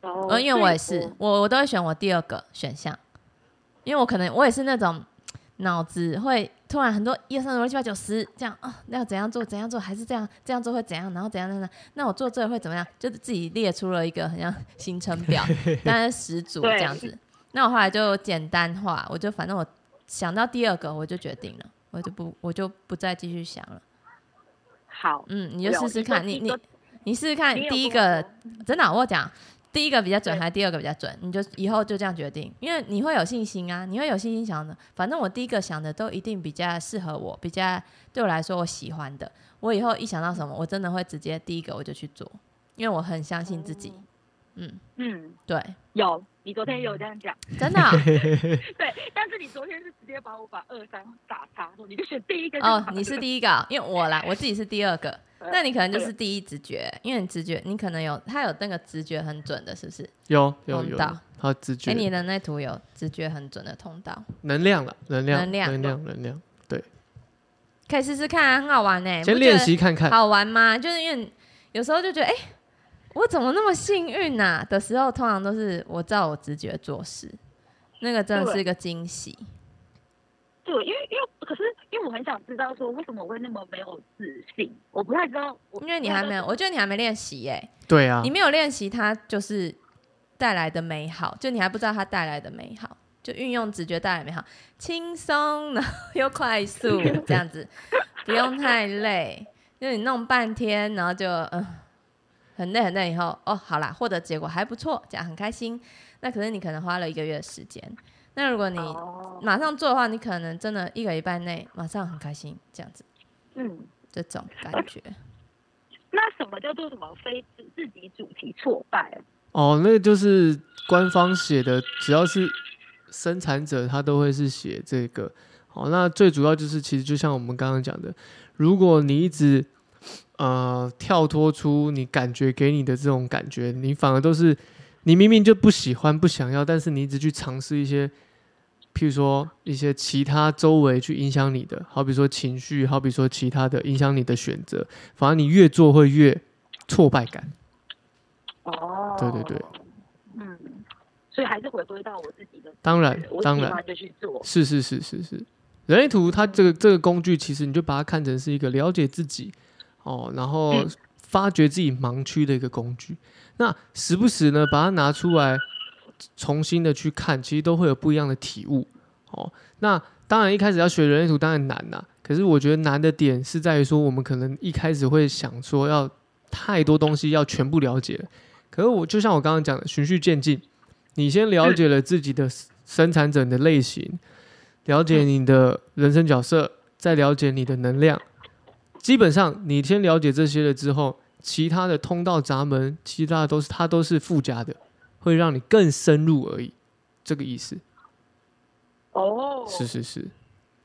[SPEAKER 5] 哦
[SPEAKER 2] 呃，因为我也
[SPEAKER 5] 所以
[SPEAKER 2] 是，我我都会选我第二个选项，因为我可能我也是那种脑子会突然很多一二三四五六七八九十这样啊，那要怎样做怎样做，还是这样这样做会怎样，然后怎样怎样，那我做这个会怎么样，就是自己列出了一个很像 *laughs* 行程
[SPEAKER 5] *laughs*
[SPEAKER 2] 表，但是十组这样子。那我后来就简单化，我就反正我想到第二个我就决定了，我就不我就不再继续想了。
[SPEAKER 5] 好，
[SPEAKER 2] 嗯，你就
[SPEAKER 5] 有
[SPEAKER 2] 试试
[SPEAKER 5] 一个
[SPEAKER 2] 看，你
[SPEAKER 5] 一
[SPEAKER 2] 你
[SPEAKER 5] 个
[SPEAKER 2] 你试试看
[SPEAKER 5] 你有
[SPEAKER 2] 第一
[SPEAKER 5] 跟我
[SPEAKER 2] 个
[SPEAKER 5] 说
[SPEAKER 2] 真的啊、我讲第一个比较准，
[SPEAKER 5] 对
[SPEAKER 2] 还是第二个比较准？你就以后就这样决定，因为你会有信心啊，你会有信心想的。反正我第一个想的都一定比较适合我，比较对我来说我喜欢的。我以后一想到什么，我真的会直接第一个我就去做，因为我很相信自己。
[SPEAKER 5] 哦
[SPEAKER 2] 嗯，
[SPEAKER 5] 嗯，
[SPEAKER 2] 对，
[SPEAKER 5] 有，你昨
[SPEAKER 1] 嗯
[SPEAKER 5] 天也有这样讲，
[SPEAKER 2] 真
[SPEAKER 5] *laughs*
[SPEAKER 2] 的啊、
[SPEAKER 5] 对，但是你昨天是直接把我把二三打叉，说你就选第一个就
[SPEAKER 2] 哦
[SPEAKER 5] 好， *laughs*
[SPEAKER 2] 你是第一个啊，因为我啦，我自己是第二个。那你可能就
[SPEAKER 5] 对
[SPEAKER 2] 是第一直觉，因为你直觉，你可能有他有那个直觉很准的，是不是？
[SPEAKER 1] 有有
[SPEAKER 2] 碰
[SPEAKER 1] 有
[SPEAKER 2] 到，
[SPEAKER 1] 好直
[SPEAKER 2] 哎、
[SPEAKER 1] 觉、
[SPEAKER 2] 你的那图有直觉很准的通道，
[SPEAKER 1] 能量了，能量
[SPEAKER 2] 能量
[SPEAKER 1] 能量能量，
[SPEAKER 2] 可以试试看、啊，很好玩呢、你
[SPEAKER 1] 先
[SPEAKER 2] 不觉得
[SPEAKER 1] 练习看看。
[SPEAKER 2] 好玩吗？就是因为有时候就觉得，哎、我怎么那么幸运呐、的时候，通常都是我照我直觉做事，那个真的是一个惊喜。
[SPEAKER 5] 对，因为因为可是因为我很想知道说为什么我会那么没有自信，我不太知道我，
[SPEAKER 2] 因为你还没有，我觉得你还没练习耶，
[SPEAKER 1] 对啊
[SPEAKER 2] 你，没有练习它，就是带来的美好，就你还不知道它带来的美好，就运用直觉带来的美好，轻松，然后又快速这样子，不用太累，就你弄半天，然后就嗯、呃很累很累，以后哦好啦，获得结果还不错，这样很开心。那可是你可能花了一个月的时间，那如果你
[SPEAKER 5] 哦，
[SPEAKER 2] 马上做的话，你可能真的一个礼拜内马上很开心，这样子
[SPEAKER 5] 嗯，
[SPEAKER 2] 这种感觉。
[SPEAKER 5] 那什么叫做什么非自自己主题挫败？
[SPEAKER 1] 哦，那个就是官方写的，只要是生产者，他都会是写这个。好，那最主要就是，其实就像我们刚刚讲的，如果你一直呃跳脱出你感觉给你的这种感觉，你反而都是你明明就不喜欢、不想要，但是你一直去尝试一些，譬如说一些其他周围去影响你的，好比说情绪，好比说其他的影响你的选择，反而你越做会越挫败感。
[SPEAKER 5] 哦，
[SPEAKER 1] 对对对，
[SPEAKER 5] 嗯，所以还是回归到我自己的，
[SPEAKER 1] 当然，
[SPEAKER 5] 我
[SPEAKER 1] 当
[SPEAKER 5] 喜
[SPEAKER 1] 然。
[SPEAKER 5] 欢就去做，
[SPEAKER 1] 是是是是是，人类图它这个这个工具，其实你就把它看成是一个了解自己哦，然后发掘自己盲区的一个工具。那时不时呢，把它拿出来重新的去看，其实都会有不一样的体悟哦。那当然一开始要学人类图当然难啦、可是我觉得难的点是在于说，我们可能一开始会想说要太多东西要全部了解了，可是我就像我刚刚讲的，循序渐进，你先了解了自己的生产者你的类型，了解你的人生角色，再了解你的能量，基本上你先了解这些了之后，其他的通道闸门，其他的都是它都是附加的，会让你更深入而已，这个意思。
[SPEAKER 5] 哦，
[SPEAKER 1] 是是是，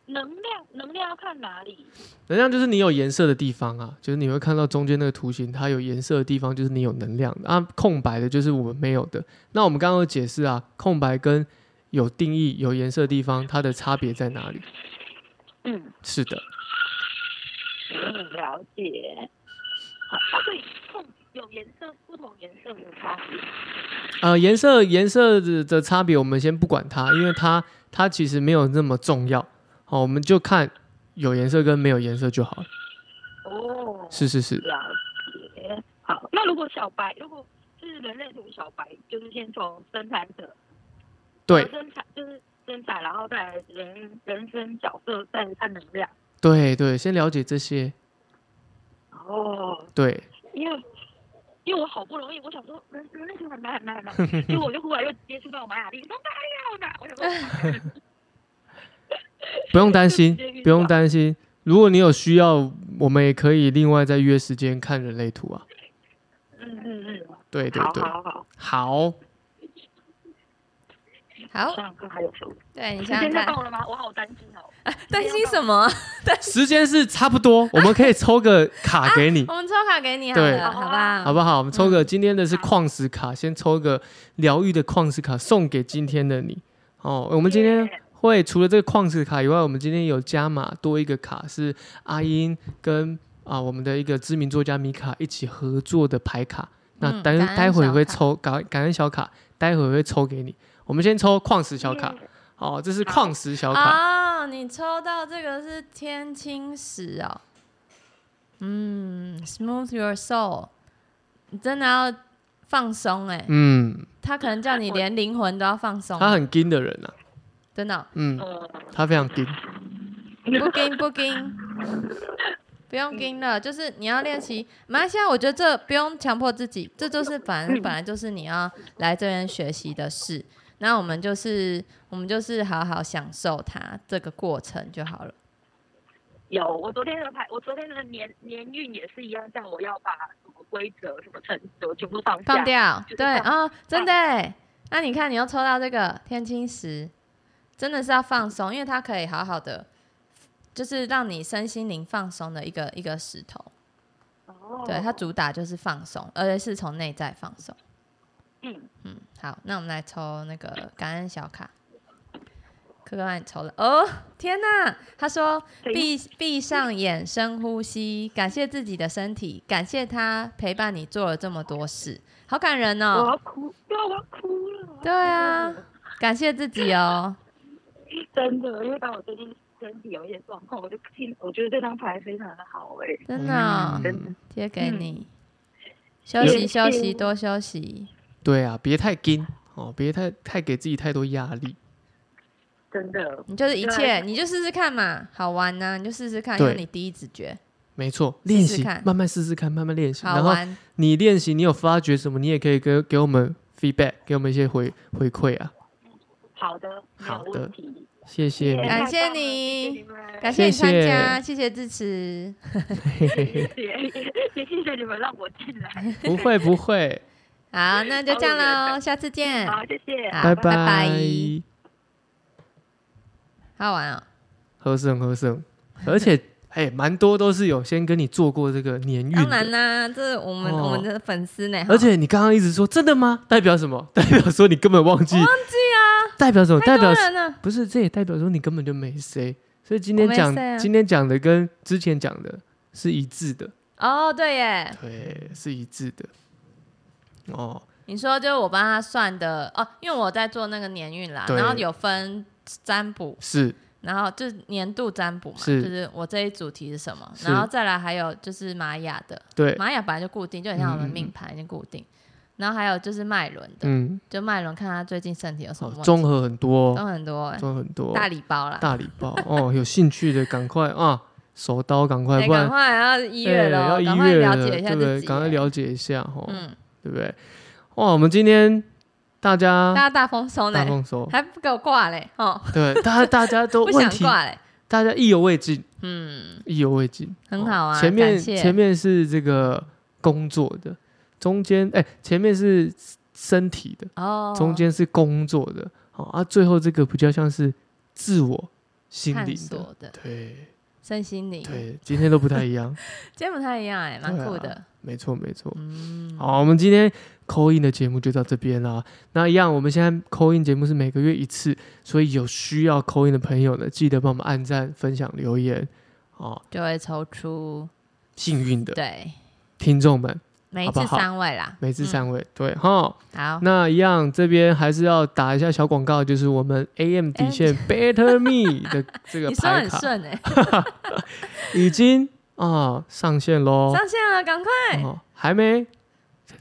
[SPEAKER 5] 能量，能量要看哪里？
[SPEAKER 1] 能量就是你有颜色的地方啊，就是你会看到中间那个图形，它有颜色的地方就是你有能量的啊，空白的就是我们没有的。那我们刚刚有解释啊，空白跟有定义、有颜色的地方，它的差别在哪里？
[SPEAKER 5] 嗯，
[SPEAKER 1] 是的，
[SPEAKER 5] 嗯，了解。好，啊，对，空有颜色，不同颜色的差别。
[SPEAKER 1] 呃，颜色颜色的的差别我们先不管它，因为它它其实没有那么重要。好，我们就看有颜色跟没有颜色就好了。
[SPEAKER 5] 哦，
[SPEAKER 1] 是是是，
[SPEAKER 5] 了解。好，那如果小白，如果是人类图小白，就是先从生产者，
[SPEAKER 1] 对
[SPEAKER 5] 生产就是生产，然后再来人人生角色，再来看能量。
[SPEAKER 1] 对对，先了解这些。
[SPEAKER 5] 哦， *laughs*
[SPEAKER 1] 对，
[SPEAKER 5] 因为因为我好不容易，我想说人人类图很难很难
[SPEAKER 1] *laughs*
[SPEAKER 5] 很难，结果我就忽然又接触到玛雅历，说玛雅我想说嗯
[SPEAKER 1] 不用担心
[SPEAKER 5] 就直接遇，
[SPEAKER 1] 不用
[SPEAKER 5] 到
[SPEAKER 1] 担心。如果你有需要，我们也可以另外再约时间看人类图啊。
[SPEAKER 5] 嗯嗯嗯，
[SPEAKER 1] 对对
[SPEAKER 5] 好
[SPEAKER 1] 对，
[SPEAKER 5] 好好，
[SPEAKER 1] 好，
[SPEAKER 2] 好，
[SPEAKER 5] 上课还有什么？
[SPEAKER 2] 对你
[SPEAKER 5] 时
[SPEAKER 2] 想
[SPEAKER 5] *laughs*
[SPEAKER 2] 想
[SPEAKER 5] 间
[SPEAKER 2] 看
[SPEAKER 5] 到，了吗？我好担心哦。
[SPEAKER 2] 担心什么？
[SPEAKER 1] 时间是差不多，我们可以抽个卡给
[SPEAKER 5] *laughs* 啊
[SPEAKER 1] 你， *laughs*
[SPEAKER 2] 我们抽卡给你好
[SPEAKER 1] 对
[SPEAKER 2] 了，好吧？
[SPEAKER 1] 好不好？我们抽个
[SPEAKER 2] 嗯
[SPEAKER 1] 今天的是矿石卡，先抽个疗愈的矿石卡送给今天的你。哦，我们今天
[SPEAKER 5] 耶
[SPEAKER 1] 会除了这个矿石卡以外，我们今天有加码多一个卡，是阿英跟啊我们的一个知名作家米卡一起合作的牌卡。那
[SPEAKER 2] 嗯
[SPEAKER 1] 待
[SPEAKER 2] 感恩
[SPEAKER 1] 待会
[SPEAKER 2] 小
[SPEAKER 1] 会
[SPEAKER 2] 卡
[SPEAKER 1] 抽感感恩小卡，待会会抽给你。我们先抽矿石小卡，哦，这是矿石小卡，
[SPEAKER 2] 哦，你抽到这个是天青石哦。嗯，Smooth Your Soul，你真的要放松哎、
[SPEAKER 1] 嗯，
[SPEAKER 2] 他可能叫你连灵魂都要放松，
[SPEAKER 1] 他很硬的人啊，
[SPEAKER 2] 真的哦、
[SPEAKER 1] 嗯，
[SPEAKER 5] 呃，
[SPEAKER 1] 他非常硬，
[SPEAKER 2] 不跟不跟，不用跟了，就是你要练习。马来西亚，我觉得这不用强迫自己，这就是反
[SPEAKER 1] 嗯
[SPEAKER 2] 正本来就是你要来这边学习的事。那我们就是我们就是好好享受它这个过程就好了。
[SPEAKER 5] 有，我昨天的牌，我昨天的年年运也是一样，叫我要把什么规则、什么程度全部放下。
[SPEAKER 2] 放掉
[SPEAKER 5] 就，是
[SPEAKER 2] 对
[SPEAKER 5] 放
[SPEAKER 2] 啊、哦真的耶。那你看，你又抽到这个天青石，真的是要放松，因为它可以好好的，就是让你身心灵放松的一个一个石头。
[SPEAKER 5] 哦
[SPEAKER 2] 对，它主打就是放松，而且是从内在放松。
[SPEAKER 5] 嗯，
[SPEAKER 2] 嗯，好，那我们来抽那个感恩小卡。可可帮你抽了哦！天哪，他说
[SPEAKER 5] 谁
[SPEAKER 2] 闭闭上眼，深呼吸，感谢自己的身体，感谢他陪伴你做了这么多事，好感人哦！
[SPEAKER 5] 我要哭，对啊，我要哭了。
[SPEAKER 2] 对啊，感谢自己哦。
[SPEAKER 5] *laughs* 真的，因为当我最近身体有一些状况，我就听，我觉得这张牌非常的好哎、
[SPEAKER 2] 真的哦、
[SPEAKER 5] 真的
[SPEAKER 1] 嗯，
[SPEAKER 2] 贴给
[SPEAKER 5] 嗯
[SPEAKER 2] 你。休
[SPEAKER 5] 谢
[SPEAKER 2] 息休息，
[SPEAKER 5] 谢
[SPEAKER 2] 多休息。
[SPEAKER 1] 对啊，别太硬哦，别太太给自己太多压力，
[SPEAKER 5] 真的。
[SPEAKER 2] 你就是一切，
[SPEAKER 5] 对
[SPEAKER 2] 你就试试看嘛，好玩呐、你就试试看，
[SPEAKER 1] 对
[SPEAKER 2] 用你第一直觉，
[SPEAKER 1] 没错，
[SPEAKER 2] 试试
[SPEAKER 1] 练习
[SPEAKER 2] 看，
[SPEAKER 1] 慢慢试试看，慢慢练习，
[SPEAKER 2] 好
[SPEAKER 1] 然后
[SPEAKER 2] 玩。
[SPEAKER 1] 你练习，你有发觉什么，你也可以给给我们 feedback，给我们一些回回馈啊，
[SPEAKER 5] 好的，没有
[SPEAKER 1] 好的
[SPEAKER 5] 问题。
[SPEAKER 1] 谢谢你，
[SPEAKER 2] 感
[SPEAKER 5] 太
[SPEAKER 2] 谢
[SPEAKER 5] 棒了
[SPEAKER 2] 你
[SPEAKER 5] 谢谢你们，
[SPEAKER 2] 感谢你参
[SPEAKER 1] 谢谢
[SPEAKER 2] 加，谢谢支持。
[SPEAKER 5] 谢谢，也谢谢你们让我进
[SPEAKER 2] *laughs*
[SPEAKER 5] 来。
[SPEAKER 1] *laughs* 不会不会，
[SPEAKER 2] 好，那就这样喽，下次见。
[SPEAKER 5] 好，谢谢。
[SPEAKER 2] 好
[SPEAKER 1] 拜
[SPEAKER 2] 拜拜好玩哦，
[SPEAKER 1] 合适合适，而且 *laughs* 哎，蛮多都是有先跟你做过这个年运
[SPEAKER 2] 当然
[SPEAKER 1] 的。
[SPEAKER 2] 啦，这是我们
[SPEAKER 1] 哦
[SPEAKER 2] 我们的粉丝呢，
[SPEAKER 1] 而且你刚刚一直说真的吗？代表什么？代 *laughs* 表说你根本忘记
[SPEAKER 2] 我，忘记啊，
[SPEAKER 1] 代表什么？代
[SPEAKER 2] 太
[SPEAKER 1] 表
[SPEAKER 2] 多人了。
[SPEAKER 1] 不是，这也代表说你根本就没谁。所以今
[SPEAKER 2] 我
[SPEAKER 1] 天
[SPEAKER 2] 没
[SPEAKER 1] 讲、
[SPEAKER 2] 谁啊
[SPEAKER 1] 今天讲的跟之前讲的是一致的，
[SPEAKER 2] 哦，对耶，
[SPEAKER 1] 对，是一致的。哦，
[SPEAKER 2] 你说就是我帮他算的哦，因为我在做那个年运啦，
[SPEAKER 1] 对
[SPEAKER 2] 然后有分占卜，
[SPEAKER 1] 是
[SPEAKER 2] 然后就是年度占卜嘛，
[SPEAKER 1] 是
[SPEAKER 2] 就是我这一主题是什么，
[SPEAKER 1] 是
[SPEAKER 2] 然后再来还有就是玛雅的，
[SPEAKER 1] 对，
[SPEAKER 2] 玛雅本来就固定，就很像我
[SPEAKER 1] 嗯
[SPEAKER 2] 们
[SPEAKER 1] 嗯嗯
[SPEAKER 2] 命盘已经固定，然后还有就是脉轮的，
[SPEAKER 1] 嗯，
[SPEAKER 2] 就脉轮看他最近身体有什么
[SPEAKER 1] 哦
[SPEAKER 2] 问题，
[SPEAKER 1] 综合很多
[SPEAKER 2] 都
[SPEAKER 1] 哦，
[SPEAKER 2] 很多、欸，
[SPEAKER 1] 综合很多，
[SPEAKER 2] 大礼包啦，
[SPEAKER 1] 大礼包哦，有兴趣的赶快啊，手刀赶快，
[SPEAKER 2] 哎
[SPEAKER 1] 不
[SPEAKER 2] 赶
[SPEAKER 1] 然
[SPEAKER 2] 快要一月
[SPEAKER 1] 哎
[SPEAKER 2] 了哦，
[SPEAKER 1] 要
[SPEAKER 2] 赶
[SPEAKER 1] 一
[SPEAKER 2] 快
[SPEAKER 1] 月
[SPEAKER 2] 了
[SPEAKER 1] 了，
[SPEAKER 2] 解一下
[SPEAKER 1] 对
[SPEAKER 2] 自
[SPEAKER 1] 不
[SPEAKER 2] 己
[SPEAKER 1] 对？
[SPEAKER 2] 欸，
[SPEAKER 1] 赶快了解一下哦，
[SPEAKER 2] 嗯，
[SPEAKER 1] 对不对？哇，我们今天大家
[SPEAKER 2] 大家大丰收呢
[SPEAKER 1] 啊大，丰收，
[SPEAKER 2] 还不给我挂嘞，哦，
[SPEAKER 1] 对，大家大家都
[SPEAKER 2] *laughs* 不
[SPEAKER 1] 问
[SPEAKER 2] 想
[SPEAKER 1] 题
[SPEAKER 2] 挂嘞，
[SPEAKER 1] 大家意犹未尽，
[SPEAKER 2] 嗯，
[SPEAKER 1] 意犹未尽，哦
[SPEAKER 2] 很好啊
[SPEAKER 1] 前面
[SPEAKER 2] 感谢
[SPEAKER 1] 前面是这个工作的，中间哎、前面是身体的，
[SPEAKER 2] 哦，
[SPEAKER 1] 中间是工作的，好、啊，最后这个比较像是自我心
[SPEAKER 2] 探
[SPEAKER 1] 灵的，
[SPEAKER 2] 索的
[SPEAKER 1] 对
[SPEAKER 2] 身心灵，
[SPEAKER 1] 对，今天都不太一
[SPEAKER 2] *laughs*
[SPEAKER 1] 样，
[SPEAKER 2] 今天不太一样哎，蛮
[SPEAKER 1] 对啊
[SPEAKER 2] 酷的，
[SPEAKER 1] 没错没错。
[SPEAKER 2] 嗯，
[SPEAKER 1] 好，我们今天扣印的节目就到这边啦。那一样，我们现在扣印节目是每个月一次，所以有需要扣印的朋友呢，记得帮我们按赞、分享、留言哦。
[SPEAKER 2] 就会抽出
[SPEAKER 1] 幸运的
[SPEAKER 2] 对
[SPEAKER 1] 听众们，
[SPEAKER 2] 每一
[SPEAKER 1] 好不
[SPEAKER 2] 次
[SPEAKER 1] 好
[SPEAKER 2] 三位啦，
[SPEAKER 1] 每次
[SPEAKER 2] 嗯
[SPEAKER 1] 三位，对哈。
[SPEAKER 2] 好，
[SPEAKER 1] 那一样，这边还是要打一下小广告，就是我们 AM 底线 Better Me 的这个
[SPEAKER 2] 哎 *laughs* 你说
[SPEAKER 1] 牌
[SPEAKER 2] 很
[SPEAKER 1] 卡
[SPEAKER 2] 顺哎，
[SPEAKER 1] 已经啊、上线喽。
[SPEAKER 2] 上线了，赶快，
[SPEAKER 1] 哦，还没，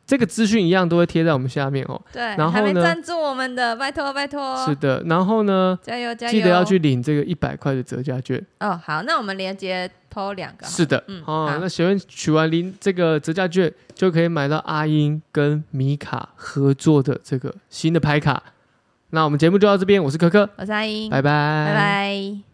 [SPEAKER 1] 这个资讯一样都会贴在我们下面哦。
[SPEAKER 2] 对，
[SPEAKER 1] 然
[SPEAKER 2] 还
[SPEAKER 1] 后
[SPEAKER 2] 没
[SPEAKER 1] 呢
[SPEAKER 2] 赞助我们的，拜托拜托，
[SPEAKER 1] 是的，然后呢，
[SPEAKER 2] 加油哦加油，
[SPEAKER 1] 记得要去领这个一百块的折价券。
[SPEAKER 2] 哦，好，那我们连接抛两个好了，
[SPEAKER 1] 是的，
[SPEAKER 2] 嗯
[SPEAKER 1] 哦
[SPEAKER 2] 好，
[SPEAKER 1] 那学员取完零这个折价券，就可以买到阿英跟米卡合作的这个新的牌卡。那我们节目就到这边，我是可可，
[SPEAKER 2] 我是阿英，
[SPEAKER 1] 拜拜，
[SPEAKER 2] 嗯拜拜